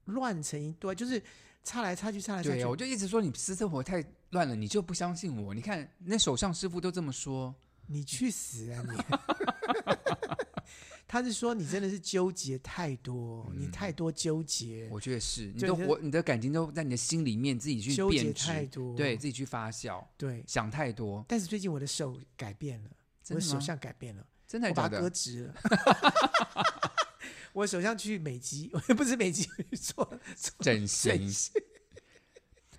Speaker 1: 乱成一堆，就是擦来擦去，擦来擦
Speaker 2: 对哦
Speaker 1: 去。
Speaker 2: 呀，我就一直说你私生活太乱了，你就不相信我。你看那手相师傅都这么说，
Speaker 1: 你去死啊你！ 他是说你真的是纠结太多，你太多纠结，
Speaker 2: 嗯我觉得是，你
Speaker 1: 就
Speaker 2: 都
Speaker 1: 你就
Speaker 2: 活，你的感情都在你的心里面自己去
Speaker 1: 纠结
Speaker 2: 变
Speaker 1: 太
Speaker 2: 质，
Speaker 1: 多。
Speaker 2: 对自己去发酵，
Speaker 1: 对。
Speaker 2: 想太多，
Speaker 1: 但是最近我的手改变了，我
Speaker 2: 真
Speaker 1: 的
Speaker 2: 的
Speaker 1: 手
Speaker 2: 吗？
Speaker 1: 相改变了，
Speaker 2: 真的
Speaker 1: 我
Speaker 2: 假
Speaker 1: 把它割
Speaker 2: 的？
Speaker 1: 直 了。我手相去美籍， 不是美籍，做
Speaker 2: 整形。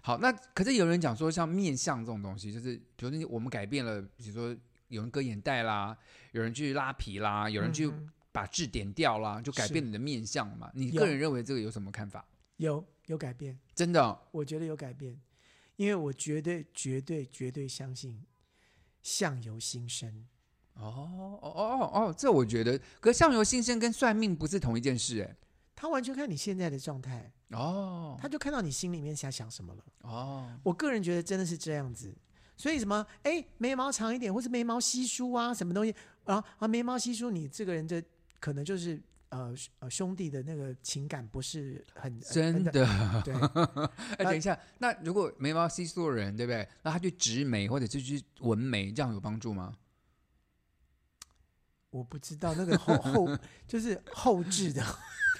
Speaker 2: 好，那可是有人讲说，像面相这种东西，就是比如说我们改变了，比如说有人割眼袋啦，有人去拉皮啦，有人去
Speaker 1: 嗯嗯
Speaker 2: 把痣点掉啦，就改
Speaker 1: 是
Speaker 2: 变你的面相嘛。你
Speaker 1: 有
Speaker 2: 个人认为这个有什么看法？
Speaker 1: 有有改变。
Speaker 2: 真的哦、
Speaker 1: 我觉得有改变，因为我绝对、绝对、绝对相信相由心生。
Speaker 2: 哦哦哦哦，这我觉得，可是相由心生跟算命不是同一件事哎。
Speaker 1: 他完全看你现在的状态，
Speaker 2: 哦
Speaker 1: 他就看到你心里面在想什么了。
Speaker 2: 哦，
Speaker 1: 我个人觉得真的是这样子，所以什么哎眉毛长一点，或是眉毛稀疏啊，什么东西啊啊眉毛稀疏，你这个人的可能就是呃呃兄弟的那个情感不是很
Speaker 2: 真
Speaker 1: 很
Speaker 2: 的。
Speaker 1: 很对，
Speaker 2: 哎，等一下，那如果眉毛稀疏的人，对不对？那他去植眉或者是去纹眉，这样有帮助吗？
Speaker 1: 我不知道那个后后 就是后置的，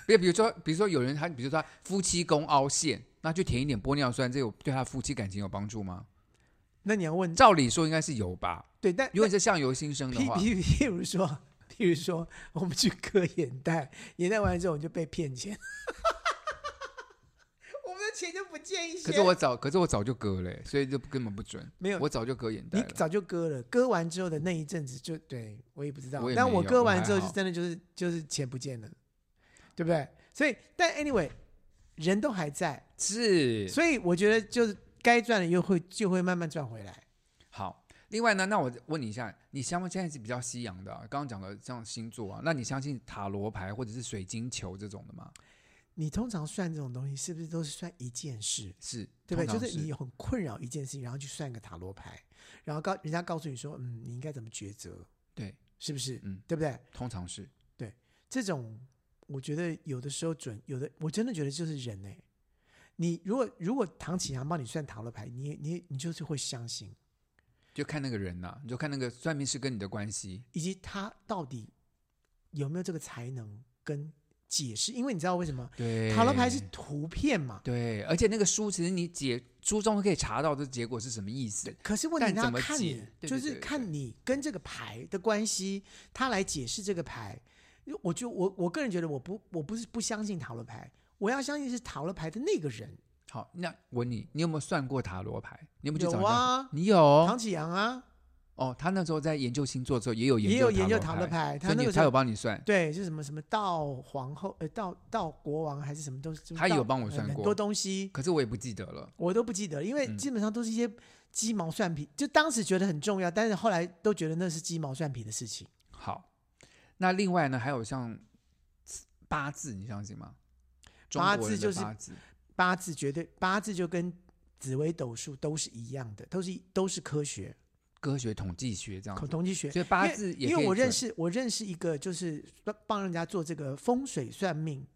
Speaker 2: 比比如说，比如说有人他，比如说他夫妻宫凹陷，那去填一点玻尿酸，这有对他夫妻感情有帮助吗？
Speaker 1: 那你要问
Speaker 2: 照理说应该是有吧。
Speaker 1: 对，但
Speaker 2: 如果你是相由心生的
Speaker 1: 譬
Speaker 2: 话，
Speaker 1: 譬譬如说， 譬如说，我们去割眼袋，眼袋完之后我们就被骗钱， 我们的钱就不见一些。
Speaker 2: 可是我早，可是我早就割了欸，所以就根本不准。
Speaker 1: 没有，
Speaker 2: 我早就割眼袋
Speaker 1: 你
Speaker 2: 了。
Speaker 1: 早就割了，割完之后的那一阵子就对我也不知道
Speaker 2: 我也，
Speaker 1: 但
Speaker 2: 没
Speaker 1: 我
Speaker 2: 有
Speaker 1: 割
Speaker 2: 我
Speaker 1: 完
Speaker 2: 还
Speaker 1: 之后就
Speaker 2: 好
Speaker 1: 真的就是就是钱不见了，对不对？所以，但 anyway，人都还在，
Speaker 2: 是，
Speaker 1: 所以我觉得就是该赚的又会就会慢慢赚回来。
Speaker 2: 好，另外呢，那我问你一下，你相不相信比较西洋的啊、刚刚讲了像星座啊，那你相信塔罗牌或者是水晶球这种的吗？
Speaker 1: 你通常算这种东西是不是都是算一件事？
Speaker 2: 是，
Speaker 1: 对不对？
Speaker 2: 通
Speaker 1: 就
Speaker 2: 常
Speaker 1: 是你很困扰一件事情，然后去算个塔罗牌，然后告人家告诉你说，嗯，你应该怎么抉择，
Speaker 2: 对，
Speaker 1: 是不是？
Speaker 2: 嗯，
Speaker 1: 对不对？
Speaker 2: 通常是
Speaker 1: 这种我觉得有的时候准，有的我真的觉得就是人哎、你如果如果唐启阳帮你算塔罗牌，你你你就是会相信，
Speaker 2: 就看那个人呐、你就看那个算命师跟你的关系。
Speaker 1: 以及他到底有没有这个才能跟解释，因为你知道为什么
Speaker 2: 对，
Speaker 1: 塔罗牌是图片嘛？
Speaker 2: 对，而且那个书其实你解书中可以查到这结果是什么意思。
Speaker 1: 可是问题
Speaker 2: 但
Speaker 1: 他
Speaker 2: 怎么
Speaker 1: 看
Speaker 2: 解
Speaker 1: 你，
Speaker 2: 对对
Speaker 1: 就是
Speaker 2: 对对
Speaker 1: 看你跟这个牌的关系，他来解释这个牌。因为我就我我个人觉得，我不我不是不相信塔罗牌，我要相信是塔罗牌的那个人。
Speaker 2: 好，那我问你，你有没有算过塔罗牌？你有没有去
Speaker 1: 有
Speaker 2: 找人家？
Speaker 1: 啊，
Speaker 2: 你有
Speaker 1: 唐启阳啊，
Speaker 2: 哦，他那时候在研究星座之后，也有研
Speaker 1: 也
Speaker 2: 究
Speaker 1: 有研究
Speaker 2: 塔
Speaker 1: 塔罗
Speaker 2: 罗
Speaker 1: 牌，
Speaker 2: 牌，所
Speaker 1: 他
Speaker 2: 以
Speaker 1: 那
Speaker 2: 你
Speaker 1: 个时
Speaker 2: 他有
Speaker 1: 候
Speaker 2: 帮你算。
Speaker 1: 对，是什么什么道皇后呃道道国王还是什么都是，就是
Speaker 2: 他
Speaker 1: 道
Speaker 2: 有帮我
Speaker 1: 很
Speaker 2: 算
Speaker 1: 很
Speaker 2: 过
Speaker 1: 多东西，
Speaker 2: 可是我也不记得了。
Speaker 1: 我都不记得，因为
Speaker 2: 嗯
Speaker 1: 基本上都是一些鸡毛蒜皮，就当时觉得很重要，但是后来都觉得那是鸡毛蒜皮的事情。
Speaker 2: 好，那另外呢，还有像八字，你相信吗？中
Speaker 1: 八
Speaker 2: 国
Speaker 1: 字
Speaker 2: 人的
Speaker 1: 就是
Speaker 2: 八字
Speaker 1: 八字绝对八字就跟紫微斗数都是一样的，都是都是科学，
Speaker 2: 科学统计学这样
Speaker 1: 统
Speaker 2: 子，
Speaker 1: 统计学。
Speaker 2: 所以八字哦也
Speaker 1: 因
Speaker 2: 可
Speaker 1: 为
Speaker 2: 以
Speaker 1: 我认
Speaker 2: 准
Speaker 1: 识我认识一个就是帮帮人家做这个风水算命，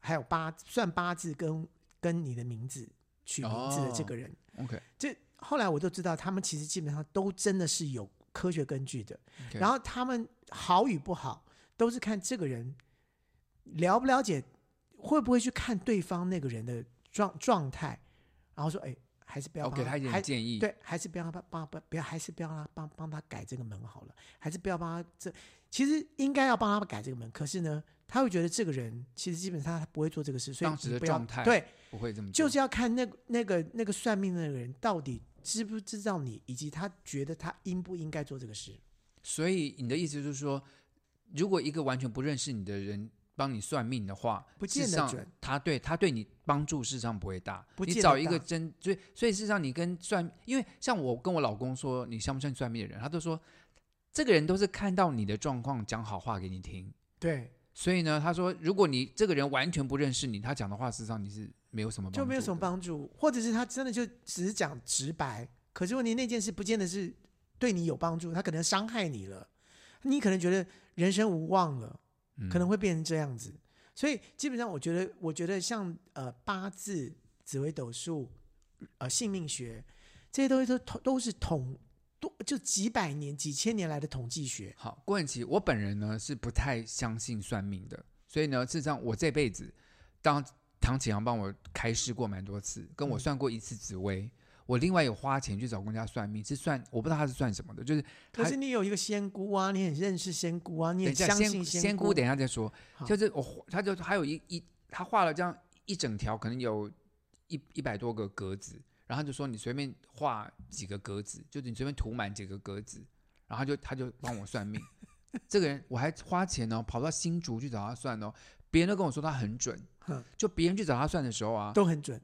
Speaker 1: 还有八算八字跟跟你的名字取名字的这
Speaker 2: 哦
Speaker 1: 个人，
Speaker 2: OK，
Speaker 1: 这后来我都知道，他们其实基本上都真的是有科学根据的。
Speaker 2: OK
Speaker 1: 然后他们好与不好，都是看这个人了不了解，会不会去看对方那个人的状状态，然后说，哎，还是不要
Speaker 2: 我
Speaker 1: 帮
Speaker 2: 哦给他一点
Speaker 1: 还
Speaker 2: 建议。
Speaker 1: 对，还是不要帮帮帮，不要，还是不要让他帮帮他改这个门好了，还是不要帮他这，其实应该要帮他改这个门，可是呢，他会觉得这个人其实基本上他不会做这个事，所以
Speaker 2: 当时
Speaker 1: 你
Speaker 2: 的
Speaker 1: 不要
Speaker 2: 状态嗯
Speaker 1: 对，
Speaker 2: 不会这么
Speaker 1: 就
Speaker 2: 做
Speaker 1: 是要看那个那个那个算命的那个人到底知不知道你，以及他觉得他应不应该做这个事。
Speaker 2: 所以你的意思就是说，如果一个完全不认识你的人帮你算命的话，
Speaker 1: 不
Speaker 2: 事
Speaker 1: 见
Speaker 2: 实
Speaker 1: 得
Speaker 2: 上
Speaker 1: 准
Speaker 2: 他对他对你帮助事实上不会大。
Speaker 1: 不
Speaker 2: 你
Speaker 1: 见
Speaker 2: 找
Speaker 1: 得
Speaker 2: 一
Speaker 1: 大
Speaker 2: 个真，所以所以事实上你跟算，因为像我跟我老公说你相不相信算命的人，他都说这个人都是看到你的状况讲好话给你听。
Speaker 1: 对，
Speaker 2: 所以呢，他说，如果你这个人完全不认识你，他讲的话，事实上你是没有什么帮助
Speaker 1: 就没有什么
Speaker 2: 的
Speaker 1: 帮助，或者是他真的就只是讲直白，可是问题那件事不见得是对你有帮助，他可能伤害你了，你可能觉得人生无望了，可能
Speaker 2: 嗯
Speaker 1: 会变成这样子。所以基本上，我觉得，我觉得像呃八字、紫微斗数、呃性命学这些东西都统都是统，都就几百年、几千年来的统计学。
Speaker 2: 好，郭文琪，我本人呢是不太相信算命的，所以呢，事实上我这辈子，当唐启阳帮我开示过蛮多次，跟我
Speaker 1: 嗯
Speaker 2: 算过一次紫薇，我另外有花钱去找人家算命，是算我不知道他是算什么的，就是
Speaker 1: 可
Speaker 2: 还
Speaker 1: 是你有一个仙姑啊，你很认识仙姑啊，你
Speaker 2: 等
Speaker 1: 很
Speaker 2: 一下
Speaker 1: 相
Speaker 2: 仙
Speaker 1: 信
Speaker 2: 仙
Speaker 1: 姑
Speaker 2: 姑，等一下再说，
Speaker 1: 好
Speaker 2: 就是我他就还有一一他画了这样一整条，可能有一一百多个格子，然后他就说你随便画几个格子，就是你随便涂满几个格子，然后他就他就帮我算命。这个人我还花钱呢、跑到新竹去找他算哦。别人都跟我说他很准
Speaker 1: 哼，
Speaker 2: 就别人去找他算的时候啊，
Speaker 1: 都很准。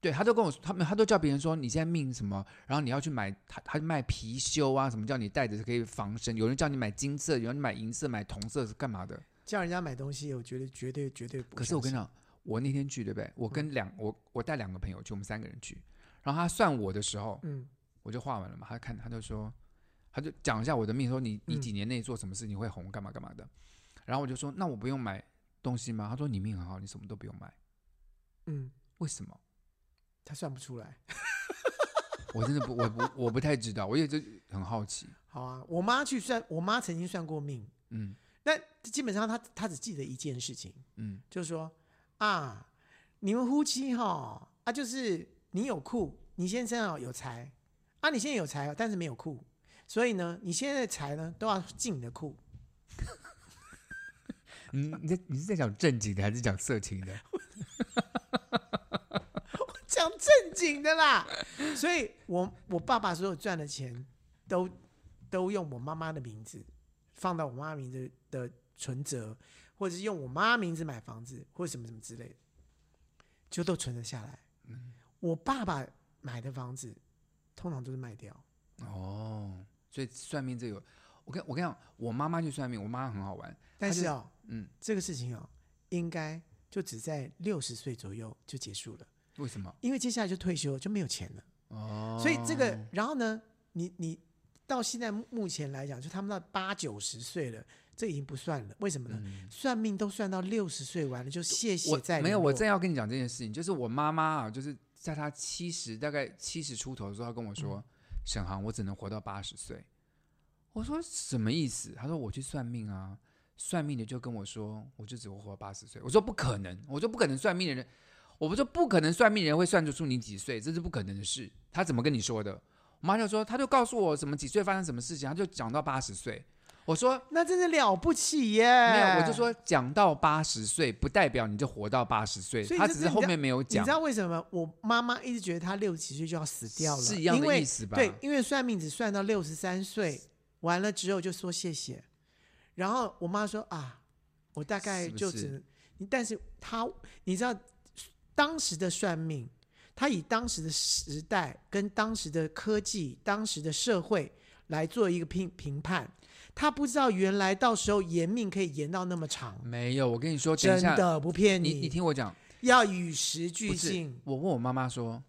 Speaker 2: 对他都跟我他们他都叫别人说你现在命什么，然后你要去买他他卖貔貅啊，什么叫你戴着是可以防身，有人叫你买金色，有人买银色，买铜色是干嘛的？
Speaker 1: 叫人家买东西，我觉得绝对绝对不。
Speaker 2: 可是我跟你，讲，我那天去对不对？我跟两、我我带两个朋友去，我们三个人去。然后他算我的时候，
Speaker 1: 嗯，
Speaker 2: 我就画完了嘛，他看他就说，他就讲一下我的命，说你你
Speaker 1: 嗯
Speaker 2: 几年内做什么事情会红，干嘛干嘛的。然后我就说，那我不用买东西吗？他说你命很好，你什么都不用买，
Speaker 1: 嗯，
Speaker 2: 为什么？
Speaker 1: 他算不出来。
Speaker 2: 我真的不，我不我不太知道，我也就很好奇。
Speaker 1: 好啊，我妈去算，我妈曾经算过命，
Speaker 2: 嗯
Speaker 1: 但基本上她她只记得一件事情，
Speaker 2: 嗯，
Speaker 1: 就是说啊，你们夫妻哈啊，就是你有库，你先生哦有财啊，你现在有财哦，但是没有库，所以呢，你现在的财呢都要进你的库。
Speaker 2: 你你在你是在讲正经的还是讲色情的？
Speaker 1: 讲正经的啦。所以我我爸爸所有赚的钱都都用我妈妈的名字放到我妈名字的存折，或者是用我妈名字买房子，或者什么什么之类的，就都存了下来。我爸爸买的房子通常都是卖掉，
Speaker 2: 哦，所以算命这个，我跟我跟你讲，我妈妈去算命，我妈很好玩，
Speaker 1: 但
Speaker 2: 他
Speaker 1: 是
Speaker 2: 就
Speaker 1: 哦，
Speaker 2: 嗯。
Speaker 1: 这个事情哦，应该就只在六十岁左右就结束了，
Speaker 2: 为什么？
Speaker 1: 因为接下来就退休就没有钱了。
Speaker 2: 哦
Speaker 1: 所以这个，然后呢，你你到现在目目前来讲，就他们到八九十岁了，这已经不算了。为什么呢？
Speaker 2: 嗯
Speaker 1: 算命都算到六十岁完了，就谢谢
Speaker 2: 我
Speaker 1: 再
Speaker 2: 没有，
Speaker 1: 联
Speaker 2: 我
Speaker 1: 络
Speaker 2: 正要跟你讲这件事情，就是我妈妈啊，就是在她七十大概七十出头的时候，她跟我说：“沈航，我只能活到八十岁。”我说什么意思？她说我去算命啊，算命的就跟我说，我就只会活到八十岁。我说不可能，我说不可能，算命的人，我不说不可能，算命人会算得出你几岁，这是不可能的事。他怎么跟你说的？我妈就说，她就告诉我什么几岁发生什么事情，她就讲到八十岁。我说
Speaker 1: 那真的了不起耶！
Speaker 2: 没有，我
Speaker 1: 哎
Speaker 2: 就，说讲到八十岁，不代表你就活到八十岁，
Speaker 1: 所以
Speaker 2: 他
Speaker 1: 这
Speaker 2: 只
Speaker 1: 是
Speaker 2: 是
Speaker 1: 你
Speaker 2: 后
Speaker 1: 知道
Speaker 2: 面没有
Speaker 1: 你
Speaker 2: 讲
Speaker 1: 知，道为什么我妈妈一直觉得她六十几岁就要死掉了？
Speaker 2: 是一样
Speaker 1: 因
Speaker 2: 的
Speaker 1: 为
Speaker 2: 意思吧？
Speaker 1: 对，因为算命只算到六十三岁，完了之后就说谢谢。然后我妈说啊，我大概
Speaker 2: 是不
Speaker 1: 就是只能，你但是她你知道当时的算命，她以当时的时代跟当时的科技、当时的社会来做一个评评判，她不知道原来到时候延命可以延到那么长，
Speaker 2: 没有。我跟你说，等
Speaker 1: 真
Speaker 2: 一下，
Speaker 1: 的不骗
Speaker 2: 你你听我讲，
Speaker 1: 要与时
Speaker 2: 不
Speaker 1: 俱
Speaker 2: 是
Speaker 1: 进。。
Speaker 2: 我问我妈妈说，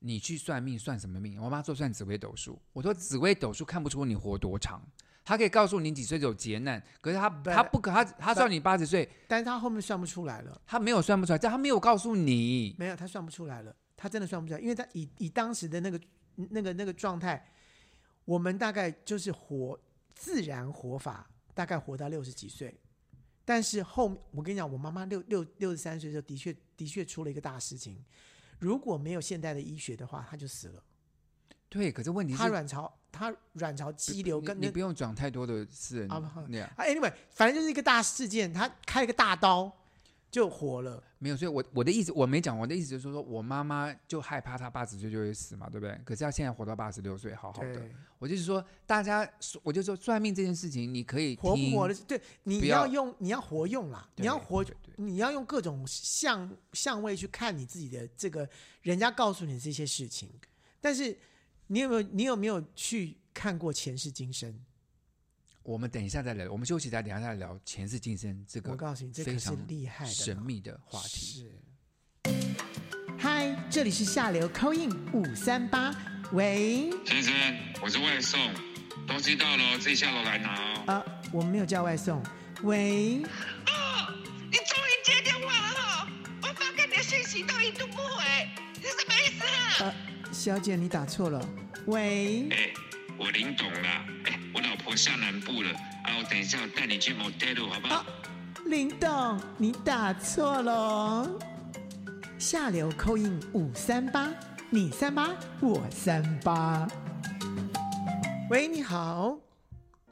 Speaker 2: 你去算命算什么命？我妈说算紫微斗数。我说紫微斗数看不出你活多长，他可以告诉你几岁有劫难，可是他
Speaker 1: But-
Speaker 2: 他不可他他算你八十岁，
Speaker 1: 但是她后面算不出来了。
Speaker 2: 他没有算不出来，但他没有告诉你。
Speaker 1: 没有，他算不出来了，他真的算不出来，因为他以以当时的那个那个那个状态，我们大概就是活自然活法，大概活到六十几岁。但是后面我跟你讲，我妈妈六六六十三岁的时候，的确的确出了一个大事情。如果没有现代的医学的话，她就死了。
Speaker 2: 对，可是问题
Speaker 1: 她
Speaker 2: 是，
Speaker 1: 卵巢，她卵巢肌瘤
Speaker 2: 你
Speaker 1: 跟
Speaker 2: 你
Speaker 1: 那
Speaker 2: 不用讲太多的私人
Speaker 1: 啊不
Speaker 2: 那样。
Speaker 1: 啊，anyway，反正就是一个大事件，她开了个大刀就活了。
Speaker 2: 没有，所以我我的意思我没讲，我的意思就是说，我妈妈就害怕她八十岁就会死嘛，对不对？可是她现在活到八十六岁，好好的。
Speaker 1: 对，
Speaker 2: 我就是说，大家，我就说算命这件事情，你可以
Speaker 1: 活不
Speaker 2: 听
Speaker 1: 活的，对，
Speaker 2: 不
Speaker 1: 你要
Speaker 2: 要
Speaker 1: 用你要活用啦，
Speaker 2: 对
Speaker 1: 你要活
Speaker 2: 对对
Speaker 1: 你要用各种相相位去看你自己的这个人家告诉你这些事情，但是你有没有你有没有去看过前世今生？
Speaker 2: 我们等一下再聊，我们休息一下，等一下再聊前世今生这
Speaker 1: 我
Speaker 2: 个
Speaker 1: 告诉你，这可
Speaker 2: 非
Speaker 1: 是
Speaker 2: 常
Speaker 1: 厉害的
Speaker 2: 神
Speaker 1: 呢
Speaker 2: 秘的话题。
Speaker 1: 是。嗨，这里是下流 c 印五三八，喂，
Speaker 3: 先生，我是外送，东西到了哦自己下楼来拿哦。
Speaker 1: 呃，我们没有叫外送，喂，
Speaker 4: 哦，你终于接电话了哈、我发给你的讯息都一度不回，你什么意思啊？
Speaker 1: 呃，小姐你打错了，喂
Speaker 3: 哎、，我林董啦，哎、我老婆下南部了，啊，我等一下我带你去 motel 好不好？
Speaker 1: 啊林董，你打错了哦。下流扣印五三八，你三八，我三八。喂，你好。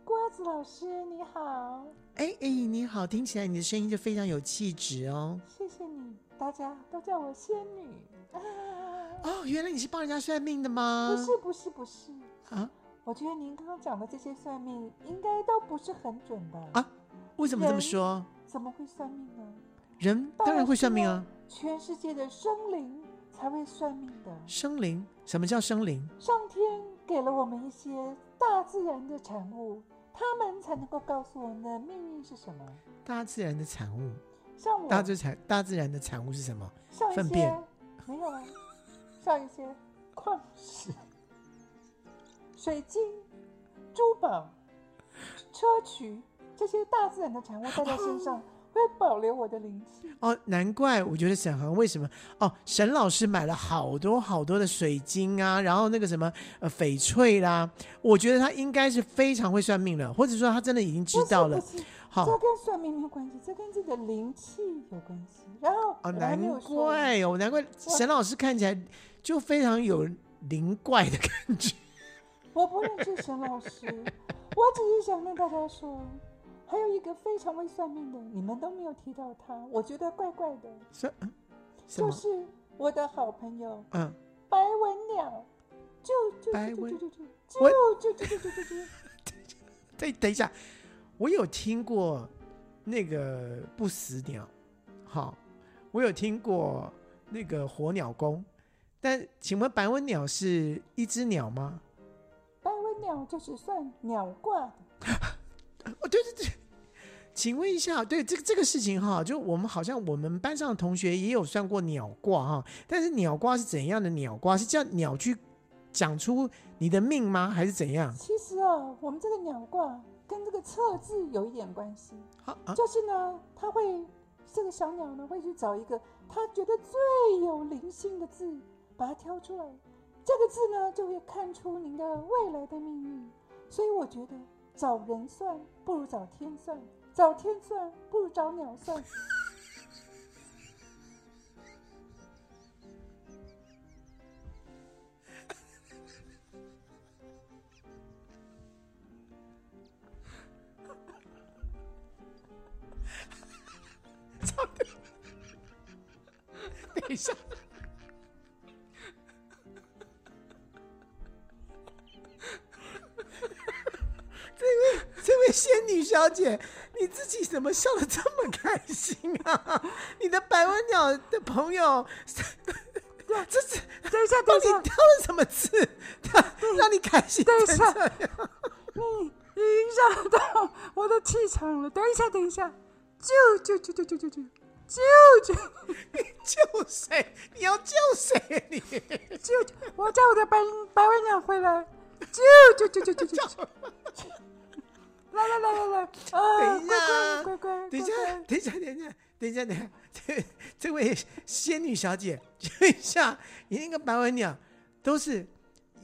Speaker 5: 瓜子老师你好，
Speaker 1: 哎哎，你好，听起来你的声音就非常有气质哦。
Speaker 5: 谢谢你，大家都叫我仙 女。啊、
Speaker 1: 哦，原来你是帮人家算命的吗？
Speaker 5: 不是不是不是，
Speaker 1: 啊
Speaker 5: 我觉得您刚刚讲的这些算命应该都不是很准吧？
Speaker 1: 啊，为什么这么说？
Speaker 5: 怎么会算命呢？
Speaker 1: 人当然会算命啊。
Speaker 5: 全世界的生灵才会算命的。
Speaker 1: 生灵，什么叫生灵？
Speaker 5: 上天给了我们一些大自然的产物，他们才能够告诉我们的命运是什么。
Speaker 1: 大自然的产物。
Speaker 5: 像我
Speaker 1: 大自产大自然的产物是什么？
Speaker 5: 上一
Speaker 1: 粪
Speaker 5: 些
Speaker 1: 便
Speaker 5: 没有啊，上一些矿石、水晶、珠宝、砗磲这些大自然的产物带在身上，会保留我的灵气。
Speaker 1: 哦，难怪我觉得沈航为什么哦，沈老师买了好多好多的水晶啊，然后那个什么呃翡翠啦，我觉得他应该是非常会算命了，或者说他真的已经知道了
Speaker 5: 不。是不是这
Speaker 1: 好
Speaker 5: 跟算命没有关系，这跟自己的灵气有关系。然后
Speaker 1: 哦，
Speaker 5: 我还没有
Speaker 1: 难
Speaker 5: 说完，
Speaker 1: 怪哦，难怪沈老师看起来就非常有灵怪的感觉。
Speaker 5: 我不认识沈老师，我只是想跟大家说，还有一个非常会算命的，你们都没有提到他，我觉得怪怪的，
Speaker 1: 什嗯什
Speaker 5: 就
Speaker 1: 么？
Speaker 5: 是我的好朋友
Speaker 1: 嗯，
Speaker 5: 白文鸟，啾啾
Speaker 1: 白
Speaker 5: 啾
Speaker 1: 文
Speaker 5: 啾啾啾
Speaker 1: 我
Speaker 5: 啾啾啾啾啾啾啾，
Speaker 1: 等等一下，我有听过那个不死鸟，好，我有听过那个火鸟公，但请问白文鸟是一只鸟吗？
Speaker 5: 白文鸟就是算鸟卦的，
Speaker 1: 哦，对对对，请问一下，对这个这个事情哈，就我们好像我们班上的同学也有算过鸟卦哈，但是鸟卦是怎样的鸟卦？是叫鸟去讲出你的命吗？还是怎样？
Speaker 5: 其实啊，我们这个鸟卦跟这个测字有一点关系。
Speaker 1: 啊啊，
Speaker 5: 就是呢，他会这个小鸟呢会去找一个他觉得最有灵性的字，把它挑出来。这个字呢，就会看出您的未来的命运。所以我觉得找人算不如找天算，找天算不如找鸟算。
Speaker 1: 等一下，这位这位仙女小姐，你自己怎么笑的这么开心啊？ 你的百文鸟的朋友，这是
Speaker 5: 等一下，
Speaker 1: 帮
Speaker 5: 等
Speaker 1: 你
Speaker 5: 一下，
Speaker 1: 挑了什么字， 让让你开心
Speaker 5: 等一
Speaker 1: 成
Speaker 5: 下
Speaker 1: 这 样？
Speaker 5: 你你影响到我的气场了。等一下，等一下，救救救救救救救救救！
Speaker 1: 救谁？你要救谁？你
Speaker 5: 救！我叫我的白白文鸟回来！救救救救救救！来来来来来，啊，
Speaker 1: 等一下
Speaker 5: 乖乖乖乖，
Speaker 1: 等一下
Speaker 5: 乖乖，
Speaker 1: 等一下，等一下，等一下，等一下， 这这位仙女小姐，请问一下，你那个白文鸟都是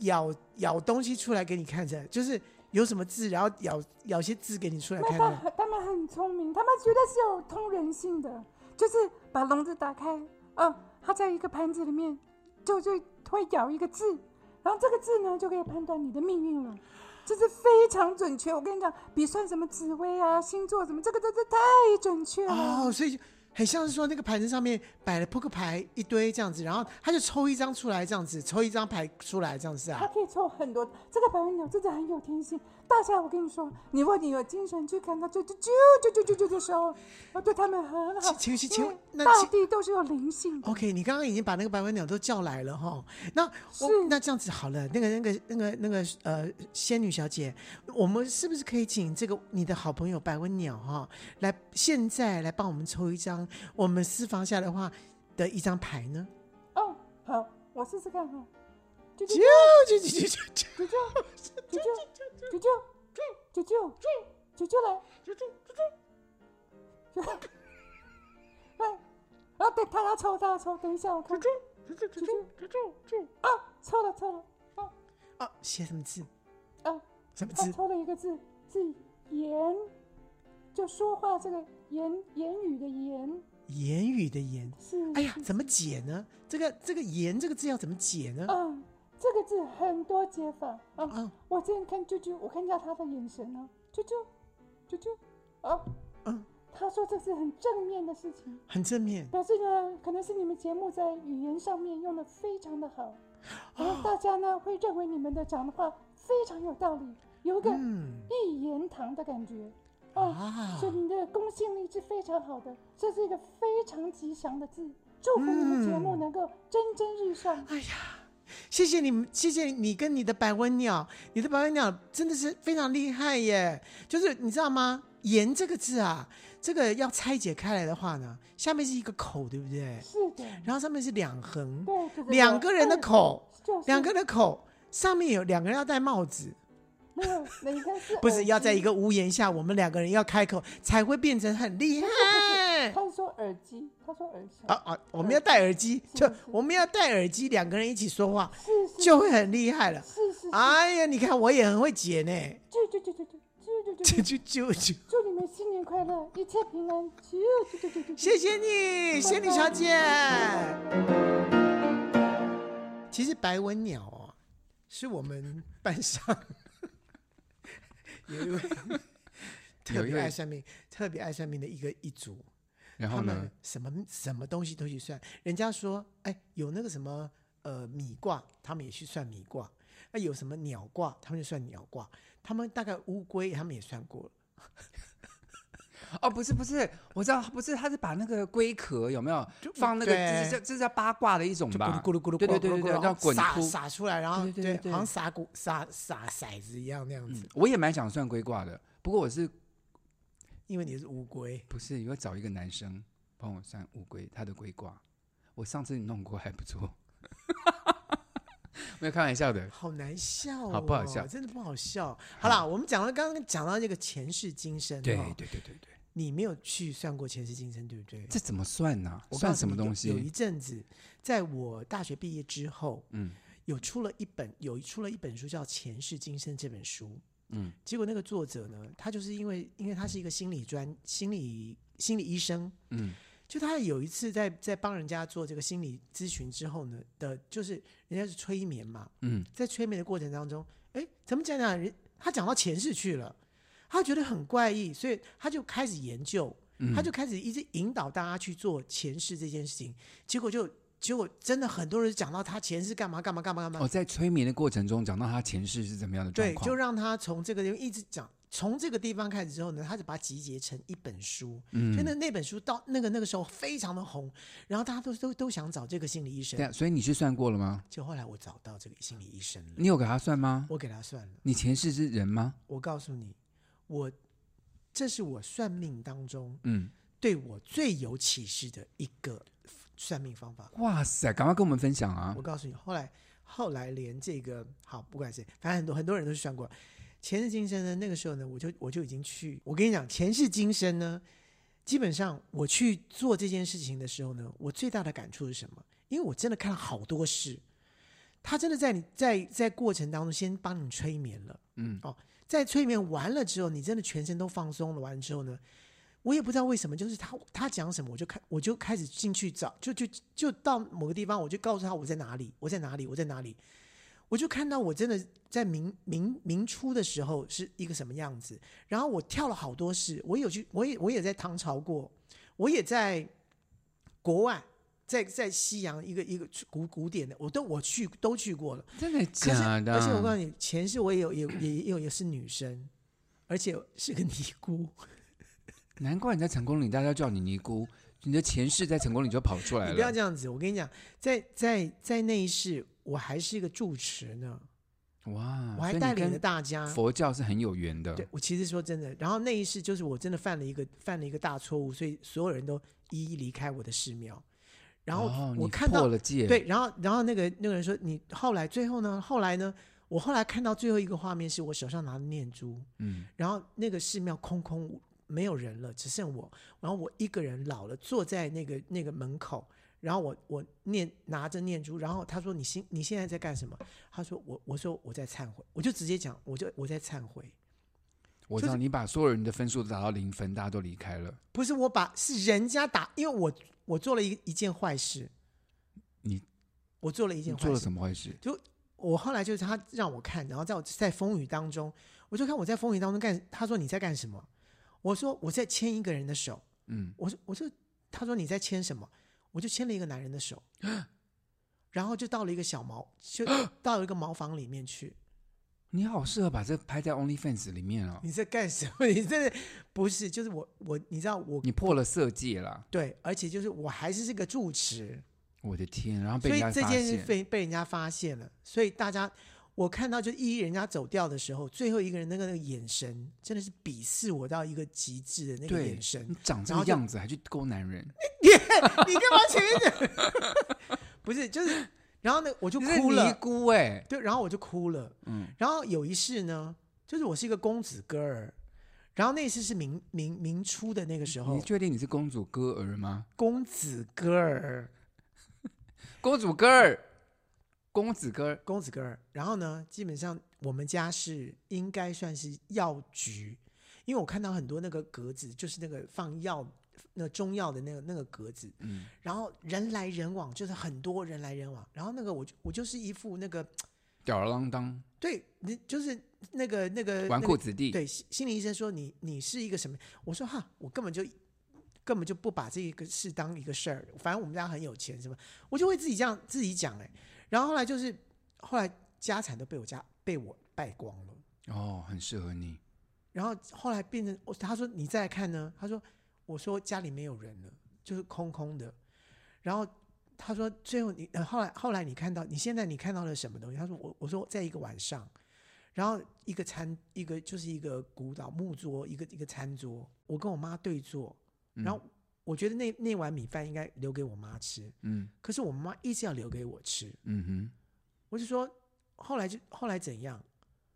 Speaker 1: 咬咬东西出来给你看着，就是有什么字，然后咬咬些字给你出来
Speaker 5: 那
Speaker 1: 看
Speaker 5: 他
Speaker 1: 的。
Speaker 5: 很他们很聪明，他们觉得是有通人性的，就是把笼子打开，嗯，它在一个盘子里面，就就会咬一个字，然后这个字呢就可以判断你的命运了，这是非常准确。我跟你讲，比算什么紫薇啊、星座什么，这个真是太准确了。
Speaker 1: 哦，所以就很像是说那个盘子上面摆了扑克牌一堆这样子，然后他就抽一张出来这样子，抽一张牌出来这样子
Speaker 5: 它
Speaker 1: 啊。
Speaker 5: 可以抽很多，这个白文鸟真的很有天性。大家，我跟你说，你如果你有精神去看它，就就就就就就就的时候，要对它们很好。
Speaker 1: 请请请
Speaker 5: 因为
Speaker 1: 那
Speaker 5: 大
Speaker 1: 请哦
Speaker 5: 地都是有灵性的。
Speaker 1: OK，你刚刚已经把那个白文鸟都叫来了哈。那我
Speaker 5: 是
Speaker 1: 那这样子好了，那个那个那个那个呃，仙女小姐，我们是不是可以请这个你的好朋友白文鸟哈，来现在来帮我们抽一张我们私房下的话的一张牌呢？
Speaker 5: 哦，好，我试试看哈。啾
Speaker 1: 啾啾啾啾
Speaker 5: 啾
Speaker 1: 啾啾！
Speaker 5: 啾啾啾 啾啾啾啾啾啾啾啾来，啾啾啾 啾，来，然后等它啊要抽，它要抽，等一下我看。啾啾啾啾啾啾啾啊，抽了抽了，啊
Speaker 1: 哦，写什么字？
Speaker 5: 啊。
Speaker 1: 什么
Speaker 5: 他
Speaker 1: 字？
Speaker 5: 抽了一个字，字言，就说话这个言言语的言
Speaker 1: 言语的言。
Speaker 5: 是。
Speaker 1: 哎呀，怎么解呢？这个这个“言”这个字要怎么解呢？
Speaker 5: 嗯，这个字很多解法啊、嗯
Speaker 1: 啊
Speaker 5: 我之前看啾啾，我看一下他的眼神啊，啾啾，啾啾，啊，
Speaker 1: 嗯，
Speaker 5: 他说这是很正面的事情，
Speaker 1: 很正面。
Speaker 5: 表示呢可能是你们节目在语言上面用的非常的好，然后大家呢会认为你们的讲的话非常有道理，有一个
Speaker 1: 嗯
Speaker 5: 一言堂的感觉。啊
Speaker 1: 啊
Speaker 5: 所以你的公信力是非常好的，这是一个非常吉祥的字。祝福你们节目能够蒸蒸日上。
Speaker 1: 哎呀，谢谢你们，谢谢你跟你的百文鸟，你的百文鸟真的是非常厉害耶！就是你知道吗？“言”这个字啊，这个要拆解开来的话呢，下面是一个口，对不对？
Speaker 5: 是的，
Speaker 1: 然后上面是两横，
Speaker 5: 对对对，
Speaker 1: 两个人的口，
Speaker 5: 对，哦就是
Speaker 1: 两个人的口上面有两个人要戴帽子，
Speaker 5: 没有，每个是
Speaker 1: 不是要在一
Speaker 5: 个。
Speaker 1: 个屋檐下，我们两个人要开口才会变成很厉害。
Speaker 5: 他是说耳机，他说耳机，
Speaker 1: 啊啊！我们要戴耳机，
Speaker 5: 是
Speaker 1: 就是我们要戴耳机，两个人一起说话，
Speaker 5: 是是
Speaker 1: 就会很厉害了。
Speaker 5: 是是，
Speaker 1: 哎呀，你看我也很会解呢，
Speaker 5: 啾啾啾啾啾啾啾
Speaker 1: 就就
Speaker 5: 啾，
Speaker 1: 就就，
Speaker 5: 祝你们新年快乐，一切平安，啾啾啾啾啾。
Speaker 1: 谢谢你，仙女小姐。其实白文鸟哦，是我们班 上有一位特
Speaker 2: 有一
Speaker 1: 别
Speaker 2: 位
Speaker 1: 爱算命、特别爱算命的一个一组，
Speaker 2: 然
Speaker 1: 他
Speaker 2: 后
Speaker 1: 们
Speaker 2: 呢？
Speaker 1: 什么什么东西都去算。人家说，哎，有那个什么呃米卦，他们也去算米卦；哎，有什么鸟卦，他们就算鸟卦。他们大概乌龟，他们也算过了。
Speaker 2: 哦，不是不是，我知道不是，他是把那个龟壳有没有放那个，这
Speaker 1: 对
Speaker 2: 是叫这是叫八卦的一种
Speaker 1: 就
Speaker 2: 吧？
Speaker 1: 咕噜咕噜咕噜咕噜咕噜，
Speaker 2: 对对对对对，
Speaker 1: 然
Speaker 2: 叫
Speaker 1: 后
Speaker 2: 滚
Speaker 1: 撒
Speaker 2: 出。
Speaker 1: 撒出来，然后
Speaker 2: 对对对对嗯
Speaker 1: 好像撒骨撒撒骰子一样那样子。
Speaker 2: 我也蛮想算龟卦的，不过我是
Speaker 1: 因为你是乌龟，
Speaker 2: 不是要找一个男生帮我算乌龟他的龟卦？我上次弄过还不错， 没有开玩笑的。
Speaker 1: 好难笑、哦，
Speaker 2: 好不好笑
Speaker 1: 真的不好笑。好啦，我们讲了刚刚讲到那个前世今生、哦，
Speaker 2: 对对对对对，
Speaker 1: 你没有去算过前世今生，对不对？
Speaker 2: 这怎么算呢、
Speaker 1: 我告
Speaker 2: 算
Speaker 1: 诉
Speaker 2: 什么
Speaker 1: 你有
Speaker 2: 东
Speaker 1: 有一
Speaker 2: 西？
Speaker 1: 阵子，在我大学毕业之后，
Speaker 2: 嗯
Speaker 1: 有出了一本有出了一本书叫《前世今生》这本书，
Speaker 2: 嗯，
Speaker 1: 结果那个作者呢，他就是因为因为他是一个心理专心理心理医生，
Speaker 2: 嗯，
Speaker 1: 就他有一次在在帮人家做这个心理咨询之后呢的，就是人家是催眠嘛，
Speaker 2: 嗯，
Speaker 1: 在催眠的过程当中，哎，怎么讲讲人他讲到前世去了，他觉得很怪异，所以他就开始研究，
Speaker 2: 嗯
Speaker 1: 他就开始一直引导大家去做前世这件事情，结果就结果真的很多人讲到他前世干嘛干嘛干嘛干嘛，
Speaker 2: 哦，在催眠的过程中讲到他前世是怎么样的状
Speaker 1: 对，
Speaker 2: 况，
Speaker 1: 就让他从这个地方一直讲，从这个地方开始之后呢，他就把它集结成一本书。嗯，所以那那本书到那个那个时候非常的红，然后大家都都都想找这个心理医
Speaker 2: 对
Speaker 1: 生。
Speaker 2: 啊，所以你去算过了吗？
Speaker 1: 就后来我找到这个心理医生了，
Speaker 2: 你有给他算吗？
Speaker 1: 我给他算了。
Speaker 2: 你前世是人吗？
Speaker 1: 我告诉你，我这是我算命当中
Speaker 2: 嗯，
Speaker 1: 对我最有启示的一个算命方法。
Speaker 2: 哇塞，赶快跟我们分享啊
Speaker 1: 我！告诉你，后来后来连这个好，不管谁，反正很多很多人都去算过前世今生呢。那个时候呢，我就我就已经去，我跟你讲，前世今生呢，基本上我去做这件事情的时候呢，我最大的感触是什么？因为我真的看了好多事，他真的在你在在过程当中先帮你催眠了，
Speaker 2: 嗯
Speaker 1: 哦，在催眠完了之后，你真的全身都放松了，完了之后呢，我也不知道为什么，就是他他讲什么，我就开我就开始进去找，就就就到某个地方，我就告诉他我在哪里，我在哪里，我在哪里，我就看到我真的在明明明初的时候是一个什么样子，然后我跳了好多事，我有去，我也我也在唐朝过，我也在国外，在在西洋一个一个古古典的，我都我去都去过了。
Speaker 2: 真的
Speaker 1: 可是
Speaker 2: 假的？
Speaker 1: 而且我告诉你，前世我也有也也也有也是女生，而且是个尼姑。
Speaker 2: 难怪你在成功岭，大家叫你尼姑，你的前世在成功岭就跑出来
Speaker 1: 你不要
Speaker 2: 了。
Speaker 1: 这样子，我跟你讲，在在在那一世，我还是一个住持呢，
Speaker 2: 哇！
Speaker 1: 我还
Speaker 2: 啊所以你
Speaker 1: 带领着
Speaker 2: 跟
Speaker 1: 大家。
Speaker 2: 佛教是很有缘的。
Speaker 1: 啊对，我其实说真的，然后那一世就是我真的犯了一个犯了一个大错误，所以所有人都一一离开我的寺庙。然后
Speaker 2: 哦
Speaker 1: 我
Speaker 2: 你
Speaker 1: 看到
Speaker 2: 破了戒，
Speaker 1: 对，，然后然后那个那个人说，你后来最后呢？后来呢？我后来看到最后一个画面是我手上拿着念珠，
Speaker 2: 嗯，
Speaker 1: 然后那个寺庙空空无没有人了，只剩我，然后我一个人老了坐在那个那个门口，然后我我念拿着念珠，然后他说你现你现在在干什么？他说我我说我在忏悔，我就直接讲我就我在忏悔，
Speaker 2: 我知道
Speaker 1: 就是
Speaker 2: 你把所有人的分数都打到零分，大家都离开了，
Speaker 1: 不是我把是人家打，因为我我做了一一件坏事，
Speaker 2: 你
Speaker 1: 我做了一
Speaker 2: 你
Speaker 1: 件坏
Speaker 2: 做了
Speaker 1: 事，
Speaker 2: 什么坏事？
Speaker 1: 我后来就是他让我看，然后在我在风雨当中，我就看我在风雨当中干，他说你在干什么？我说我在牵一个人的手，
Speaker 2: 嗯，
Speaker 1: 我说我说，他说你在牵什么？我就牵了一个男人的手，
Speaker 2: 啊
Speaker 1: 然后就到了一个小茅，就到了一个茅房里面去。
Speaker 2: 你好适合把这拍在 OnlyFans 里面哦。
Speaker 1: 你在干什么？ 你这不是就是我我你知道我
Speaker 2: 你破了色戒啦！
Speaker 1: 对，而且就是我还是这个住持，
Speaker 2: 我的天，然后被
Speaker 1: 所以
Speaker 2: 人
Speaker 1: 这
Speaker 2: 家发
Speaker 1: 件事
Speaker 2: 现，
Speaker 1: 被被人家发现了，所以大家。我看到就一一人家走掉的时候，最后一个人那个那个眼神真的是鄙视我到一个极致的那个
Speaker 2: 对，
Speaker 1: 眼神
Speaker 2: 你，长这
Speaker 1: 然
Speaker 2: 个
Speaker 1: 后就
Speaker 2: 样子还去勾男人，
Speaker 1: 你干嘛前面讲？ 不是，就是，然后呢，我就
Speaker 2: 你是
Speaker 1: 哭
Speaker 2: 尼
Speaker 1: 了，
Speaker 2: 姑哎，
Speaker 1: 对，然后我就哭了。
Speaker 2: 嗯，
Speaker 1: 然后有一世呢，就是我是一个公子哥儿，然后那一次是明明明初的那个时
Speaker 2: 你
Speaker 1: 候，
Speaker 2: 确定你是公主歌儿吗？
Speaker 1: 公子哥儿，
Speaker 2: 公主歌儿，公子歌儿，
Speaker 1: 公子哥儿。然后呢，基本上我们家是应该算是药局，因为我看到很多那个格子，就是那个放药。那个中药的那个那个格子，
Speaker 2: 嗯，
Speaker 1: 然后人来人往，就是很多人来人往。然后那个我就我就是一副那个
Speaker 2: 吊儿郎当，
Speaker 1: 对，你就是那个那个
Speaker 2: 纨
Speaker 1: 那
Speaker 2: 绔
Speaker 1: 个
Speaker 2: 子弟，
Speaker 1: 对，心心理医生说你你是一个什么？我说哈，我根本就根本就不把这一个事当一个事儿，反正我们家很有钱什么，我就会自己这样自己讲哎、然后后来就是后来家产都被我家被我败光了，
Speaker 2: 哦，很适合你。
Speaker 1: 然后后来变成我他说你再来看呢，他说我说家里没有人了，就是空空的，然后。他说：“最后你，呃后来后来你看到，你现在你看到了什么东西？”他说：“我我说在一个晚上，然后一个餐，一个就是一个古老木桌，一个一个餐桌，我跟我妈对坐，然后我觉得那那碗米饭应该留给我妈吃，
Speaker 2: 嗯
Speaker 1: 可是我妈一直要留给我吃，
Speaker 2: 嗯
Speaker 1: 我就说后来就后来怎样？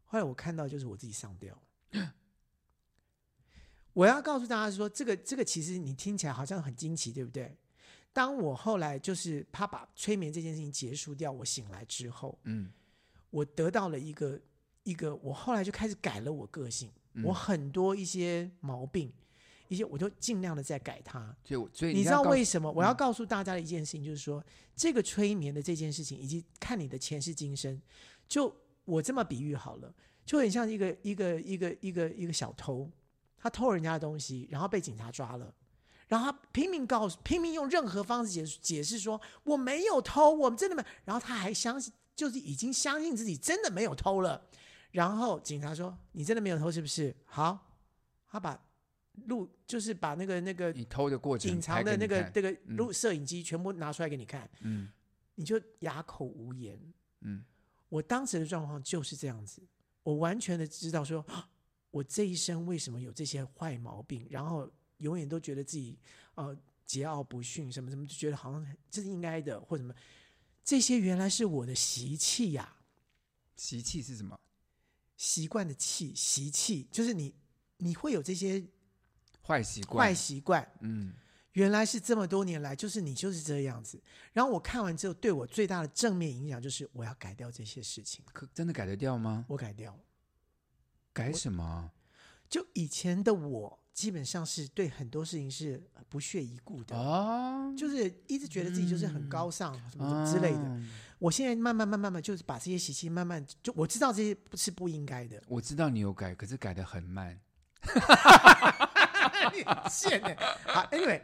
Speaker 1: 后来我看到就是我自己上吊。我要告诉大家说，这个这个其实你听起来好像很惊奇，对不对？当我后来就是他把催眠这件事情结束掉，我醒来之后，
Speaker 2: 嗯
Speaker 1: 我得到了一个一个，我后来就开始改了我个性，我很多一些毛病，一些我就尽量的在改它。
Speaker 2: 就所以
Speaker 1: 你知
Speaker 2: 要
Speaker 1: 道
Speaker 2: 告
Speaker 1: 为
Speaker 2: 诉嗯
Speaker 1: 什么？我要告诉大家的一件事情就是说，这个催眠的这件事情，以及看你的前世今生，就我这么比喻好了，就很像一个一个一个一个一个小偷，他偷人家的东西，然后被警察抓了。然后他拼命告诉，拼命用任何方式解释解释说我没有偷，我真的没有。然后他还相信，就是已经相信自己真的没有偷了。然后警察说：“你真的没有偷是不是？”好，他把录就是把那个那个
Speaker 2: 你偷的过程
Speaker 1: 隐藏
Speaker 2: 拍
Speaker 1: 的
Speaker 2: 给
Speaker 1: 那
Speaker 2: 你
Speaker 1: 个
Speaker 2: 看
Speaker 1: 那个
Speaker 2: 嗯
Speaker 1: 录摄影机全部拿出来给你看，
Speaker 2: 嗯
Speaker 1: 你就哑口无言。
Speaker 2: 嗯
Speaker 1: 我当时的状况就是这样子，我完全的知道说，啊我这一生为什么有这些坏毛病，然后永远都觉得自己呃桀骜不驯，什么什么，就觉得好像这是应该的或什么，这些原来是我的习气呀、
Speaker 2: 习气是什么？
Speaker 1: 习惯的气，习气就是你你会有这些
Speaker 2: 坏习惯
Speaker 1: 坏习惯，
Speaker 2: 嗯
Speaker 1: 原来是这么多年来，就是你就是这样子。然后我看完之后，对我最大的正面影响就是我要改掉这些事情，
Speaker 2: 可真的改得掉吗？
Speaker 1: 我改掉了。
Speaker 2: 改什么啊？
Speaker 1: 就以前的我，基本上是对很多事情是不屑一顾的，
Speaker 2: 哦，
Speaker 1: 就是一直觉得自己就是很高尚、什么什么之类的。
Speaker 2: 哦。
Speaker 1: 我现在慢慢慢慢慢，就是把这些习气慢慢就我知道这些不是不应该的
Speaker 2: 我知道你有改，可是改得很慢。
Speaker 1: 你很贱欸好，Anyway，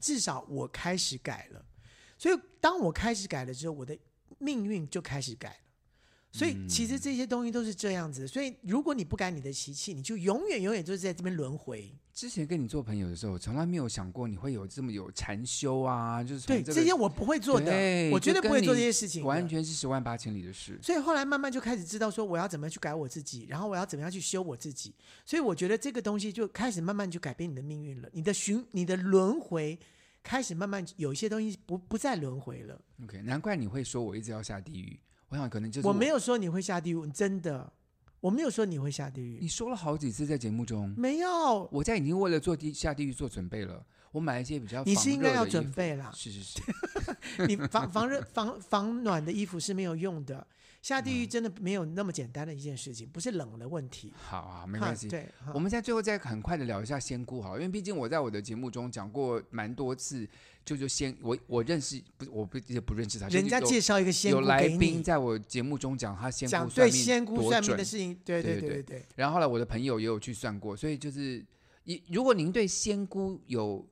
Speaker 1: 至少我开始改了。所以当我开始改了之后，我的命运就开始改了。所以其实这些东西都是这样子的。所以如果你不改你的习气，你就永远永远就是在这边轮回。
Speaker 2: 之前跟你做朋友的时候，从来没有想过你会有这么有禅修啊，就是从
Speaker 1: 对，
Speaker 2: 这
Speaker 1: 这些我不会做的，我绝对不会做这些事情
Speaker 2: 情，
Speaker 1: 的。
Speaker 2: 完全是十万八千里的事。
Speaker 1: 所以后来慢慢就开始知道说我要怎么去改我自己，然后我要怎么样去修我自己。所以我觉得这个东西就开始慢慢就改变你的命运了，你的循你的轮回开始慢慢有一些东西不不再轮回了。
Speaker 2: OK，难怪你会说我一直要下地狱。我想可能就是
Speaker 1: 我没，有说你会下地狱，真的，我没有说你会下地
Speaker 2: 你
Speaker 1: 狱，
Speaker 2: 说了好几次在节目中，
Speaker 1: 没有，
Speaker 2: 我在已经为了做地下地狱做准备了。我买一些比较
Speaker 1: 你是
Speaker 2: 防
Speaker 1: 应该
Speaker 2: 热
Speaker 1: 要
Speaker 2: 的衣
Speaker 1: 准
Speaker 2: 服
Speaker 1: 备啊 啦
Speaker 2: 是是是，
Speaker 1: 你防防热防防暖的衣服是没有用的，下地
Speaker 2: 嗯
Speaker 1: 狱真的没有那么简单的一件事情，不是冷的问题。
Speaker 2: 好啊，没
Speaker 1: 哈
Speaker 2: 关系。
Speaker 1: 对，哈
Speaker 2: 我们在最后再很快的聊一下仙姑好了因为毕竟我在我的节目中讲过蛮多次，舅舅仙，我我认识不是，我不也不认识他，
Speaker 1: 人家
Speaker 2: 就是
Speaker 1: 介绍一个仙
Speaker 2: 有有
Speaker 1: 姑
Speaker 2: 来
Speaker 1: 给
Speaker 2: 宾
Speaker 1: 你，
Speaker 2: 在我节目中讲他仙
Speaker 1: 讲
Speaker 2: 姑
Speaker 1: 对
Speaker 2: 算
Speaker 1: 仙
Speaker 2: 命
Speaker 1: 姑
Speaker 2: 多
Speaker 1: 算命的
Speaker 2: 准，
Speaker 1: 事情，对
Speaker 2: 对
Speaker 1: 对对
Speaker 2: 对
Speaker 1: 对，
Speaker 2: 然后后来我的朋友也有去算过，所以就是一如果您对仙姑有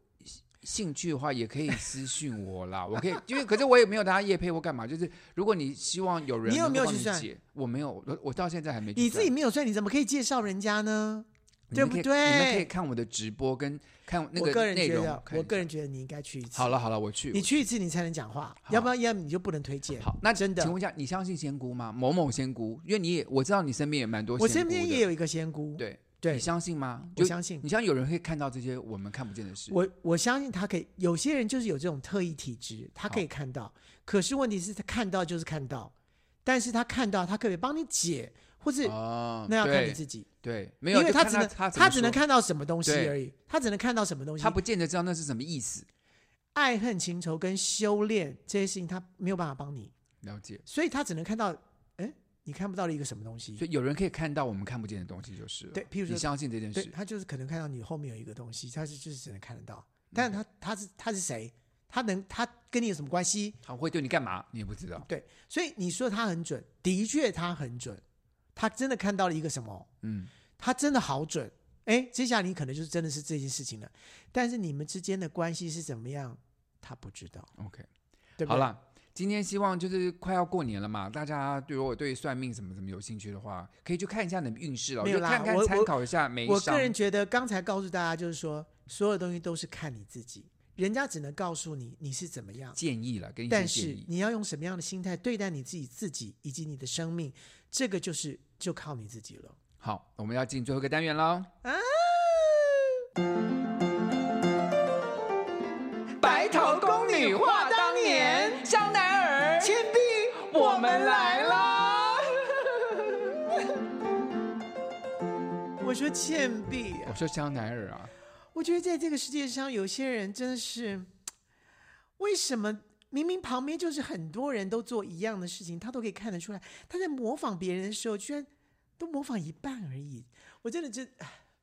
Speaker 2: 兴趣的话，也可以私信我 啦，我可以，因为可是我也没有他夜配或干嘛，就是如果你希望有人
Speaker 1: 你有
Speaker 2: 能
Speaker 1: 没有
Speaker 2: 够帮
Speaker 1: 去
Speaker 2: 你
Speaker 1: 算
Speaker 2: 解，我没有，我我到现在还没去
Speaker 1: 你自己
Speaker 2: 算
Speaker 1: 没有算，你怎么可以介绍人家呢？
Speaker 2: 你
Speaker 1: 对
Speaker 2: 们
Speaker 1: 不
Speaker 2: 可以
Speaker 1: 对
Speaker 2: 你们可以看我的直播跟看那
Speaker 1: 我个人
Speaker 2: 内
Speaker 1: 觉
Speaker 2: 容
Speaker 1: 得，
Speaker 2: 看一下。
Speaker 1: 我个人觉得你应该去一次。
Speaker 2: 好，了好了，我去。
Speaker 1: 你
Speaker 2: 我
Speaker 1: 去一次你才能讲话，要不然要么你就不能推荐。
Speaker 2: 好，那
Speaker 1: 真的
Speaker 2: 请问一下，你相信仙姑吗？某某仙姑，因为你也我知道你身边也蛮多仙
Speaker 1: 我
Speaker 2: 姑的。
Speaker 1: 身边也有一个仙姑，
Speaker 2: 对
Speaker 1: 对
Speaker 2: 你相信吗？
Speaker 1: 我相信
Speaker 2: 你相信有人会看到这些我们看不见的事？
Speaker 1: 我我相信他可以，有些人就是有这种特异体质，他可以看到。可是问题是，他看到就是看到，但是他看到他可不可以帮你解，或是
Speaker 2: 哦，
Speaker 1: 那要看你
Speaker 2: 对
Speaker 1: 自己，
Speaker 2: 对，没有，
Speaker 1: 因为
Speaker 2: 就看
Speaker 1: 只能
Speaker 2: 他
Speaker 1: 他只能
Speaker 2: 怎么
Speaker 1: 看到什么东西
Speaker 2: 对
Speaker 1: 而已，他只能看到什么东
Speaker 2: 说，
Speaker 1: 西。
Speaker 2: 他不见得知道那是什么意思。
Speaker 1: 爱恨情仇跟修炼这些事情，他没有办法帮你，
Speaker 2: 了解，
Speaker 1: 所以他只能看到，哎，你看不到的一个什么东
Speaker 2: 所
Speaker 1: 西。
Speaker 2: 以有人可以看到我们看不见的东西，就是了
Speaker 1: 对譬如说
Speaker 2: 你相信这件
Speaker 1: 对
Speaker 2: 事，
Speaker 1: 他就是可能看到你后面有一个东西，他是就是只能看得到，但是他他是他是谁？他能他跟你有什么关系？
Speaker 2: 他会对你干嘛，你也不知道。
Speaker 1: 对，所以你说他很准，的确他很准，他真的看到了一个什么？
Speaker 2: 嗯，
Speaker 1: 他真的好准。哎，接下来你可能就是真的是这件事情了，但是你们之间的关系是怎么样，他不知道，
Speaker 2: OK，
Speaker 1: 对不
Speaker 2: 好
Speaker 1: 对？
Speaker 2: 了，今天希望就是快要过年了嘛，大家如果对算命什么什么有兴趣的话，可以去看一下你的运势了，
Speaker 1: 没有
Speaker 2: 就
Speaker 1: 啦
Speaker 2: 看看
Speaker 1: 我
Speaker 2: 参
Speaker 1: 我
Speaker 2: 考一下每一
Speaker 1: 我
Speaker 2: 张
Speaker 1: 个人觉得，刚才告诉大家就是说，所有东西都是看你自己，人家只能告诉你你是怎么样，
Speaker 2: 建议了，给你一些
Speaker 1: 但
Speaker 2: 建
Speaker 1: 是
Speaker 2: 议。
Speaker 1: 你要用什么样的心态对待你自己、自己以及你的生命，这个就是就靠你自己了。啊
Speaker 2: 好，我们要进最后一个单元喽。
Speaker 1: 白头宫女话当年，香奈儿、倩碧，我们来啦！说倩碧、
Speaker 2: 我
Speaker 1: 啊，
Speaker 2: 说香奈儿啊，
Speaker 1: 我觉得在这个世界上，有些人真的是，为什么明明旁边就是很多人都做一样的事情，他都可以看得出来，他在模仿别人的时候，居然都模仿一半而已。我真的真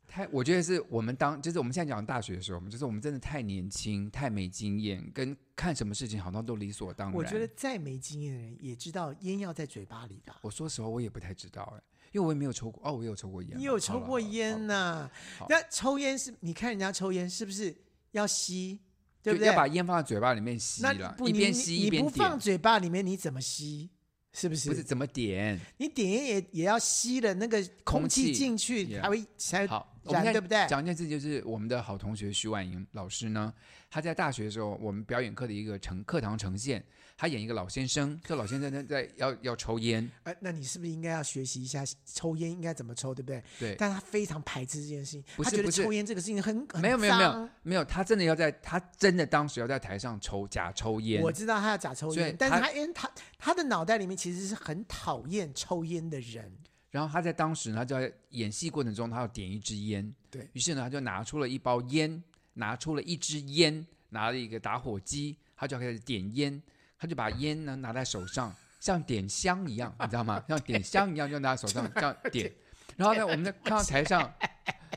Speaker 2: 太，我觉得是我们当，就是我们现在讲大学的时候，我们就是我们真的太年轻，太没经验，跟看什么事情好像都理所当然。
Speaker 1: 我觉得再没经验的人也知道烟要在嘴巴里吧。
Speaker 2: 我说实话，我也不太知道哎、因为我也没有抽过哦，我有抽过烟啊，
Speaker 1: 你有
Speaker 2: 好
Speaker 1: 抽
Speaker 2: 了
Speaker 1: 过烟？呐、
Speaker 2: 好
Speaker 1: 那抽烟是，你看人家抽烟是不是要吸，
Speaker 2: 好了好了
Speaker 1: 对不
Speaker 2: 就要
Speaker 1: 对？
Speaker 2: 把烟放在嘴巴里面吸
Speaker 1: 那
Speaker 2: 了，
Speaker 1: 不
Speaker 2: 一
Speaker 1: 你
Speaker 2: 边
Speaker 1: 你
Speaker 2: 吸
Speaker 1: 你
Speaker 2: 一边
Speaker 1: 不放
Speaker 2: 点，
Speaker 1: 嘴巴里面，你怎么吸？是不是？
Speaker 2: 不是怎么点？
Speaker 1: 你点烟也也要吸了那个空
Speaker 2: 空
Speaker 1: 气
Speaker 2: 气
Speaker 1: 进去，
Speaker 2: ，yeah
Speaker 1: 才会才会
Speaker 2: 好，我们
Speaker 1: 燃，呃
Speaker 2: 现在
Speaker 1: 对不对？
Speaker 2: 讲一件事情，就是我们的好同学徐婉莹老师呢，她在大学的时候，我们表演课的一个呈课堂呈现，她演一个老先生，这老先生在在要要抽烟，
Speaker 1: 呃，那你是不是应该要学习一下抽烟应该怎么抽，对不对？
Speaker 2: 对，
Speaker 1: 但他非常排斥这件事情，
Speaker 2: 不
Speaker 1: 他
Speaker 2: 是
Speaker 1: 觉得
Speaker 2: 不是
Speaker 1: 抽烟这个事情很很
Speaker 2: 没有没有没有
Speaker 1: 脏
Speaker 2: 没有，他真的要在，他真的当时要在台上抽假抽烟
Speaker 1: 我，知道他要假抽
Speaker 2: 所以
Speaker 1: 烟，但是
Speaker 2: 他
Speaker 1: 他烟他他的脑袋里面其实是很讨厌抽烟的人，
Speaker 2: 然后他在当时呢，他就在演戏过程中，他要点一支烟，
Speaker 1: 对
Speaker 2: 于是呢，他就拿出了一包烟，拿出了一支烟，拿了一个打火机，他就要开始点烟，他就把烟呢拿在手上，像点香一样，你知道吗？像点香一样，就拿在手上这样 点。然后呢，我们在看到台上，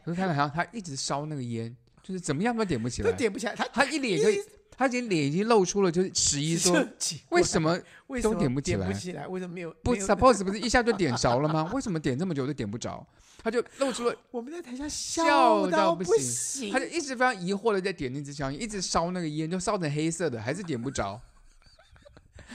Speaker 2: 我就看到好像他一直烧那个烟，就是怎么样都点不起
Speaker 1: 都
Speaker 2: 来，
Speaker 1: 点不起来。他
Speaker 2: 他一脸就
Speaker 1: 一
Speaker 2: 他已经脸已经露出了就是迟 疑说
Speaker 1: 奇怪
Speaker 2: 为什么
Speaker 1: 为什么
Speaker 2: 都点不起
Speaker 1: 点不
Speaker 2: 来
Speaker 1: 起来？为什么没有？
Speaker 2: 不
Speaker 1: 没有
Speaker 2: suppose 不是一下就点着了吗？为什么点这么久都点不着？他就露出了，
Speaker 1: 我们在台下
Speaker 2: 笑
Speaker 1: 到
Speaker 2: 到
Speaker 1: 不
Speaker 2: 不
Speaker 1: 行
Speaker 2: 他就一直非常疑惑的在点那支香烟，一直烧那个烟，就烧成黑色的，还是点不着。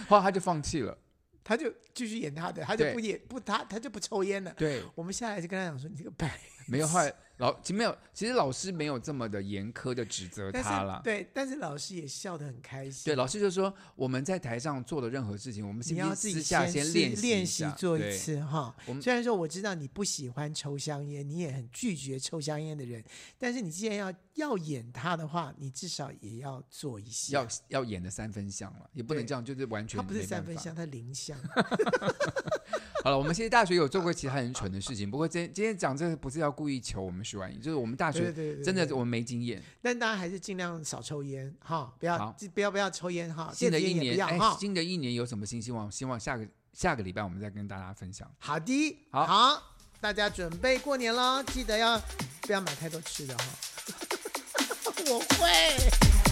Speaker 2: 后来他就放弃了。
Speaker 1: 他就继续演他的，他就
Speaker 2: 对
Speaker 1: 不演不他他就不抽烟了。
Speaker 2: 对，
Speaker 1: 我们下来就跟他讲说：“你这个白。
Speaker 2: 没有后来老其实没有，其实老师没有这么的严苛的指”责
Speaker 1: 但
Speaker 2: 他
Speaker 1: 是
Speaker 2: 了。
Speaker 1: 对，但是老师也笑得很开心。
Speaker 2: 对，老师就说我们在台上做的任何事情，我们
Speaker 1: 你
Speaker 2: 先
Speaker 1: 要自己
Speaker 2: 私下
Speaker 1: 先
Speaker 2: 练
Speaker 1: 试
Speaker 2: 习
Speaker 1: 练
Speaker 2: 练
Speaker 1: 习做一。次哈
Speaker 2: 我。们
Speaker 1: 虽然说我知道你不喜欢抽香烟，你也很拒绝抽香烟的人，但是你既然要要演他的话，你至少也要做一
Speaker 2: 对
Speaker 1: 下。
Speaker 2: 要要演的三分像了，也不能
Speaker 1: 对
Speaker 2: 这样，就是完全
Speaker 1: 他不是
Speaker 2: 没
Speaker 1: 三
Speaker 2: 办
Speaker 1: 分
Speaker 2: 法
Speaker 1: 香，他零香。
Speaker 2: 好了，我们其实大学有做过其他很蠢的事情，不过今天今天讲这个不是要故意求我们徐婉莹，就是我们大
Speaker 1: 对
Speaker 2: 学
Speaker 1: 对对对
Speaker 2: 真的
Speaker 1: 对
Speaker 2: 我们没经验。
Speaker 1: 但大家还是尽量少抽烟哈，不要
Speaker 2: 好
Speaker 1: 不要不要抽烟哈，
Speaker 2: 新的
Speaker 1: 电
Speaker 2: 一
Speaker 1: 子烟也
Speaker 2: 年，
Speaker 1: 不
Speaker 2: 哎
Speaker 1: 要哈，。
Speaker 2: 新的一年有什么新希望？希望下个下个礼拜我们再跟大家分享。
Speaker 1: 好的，
Speaker 2: 好
Speaker 1: 大家准备过 年喽，记得要不要买太多吃的哈。我会。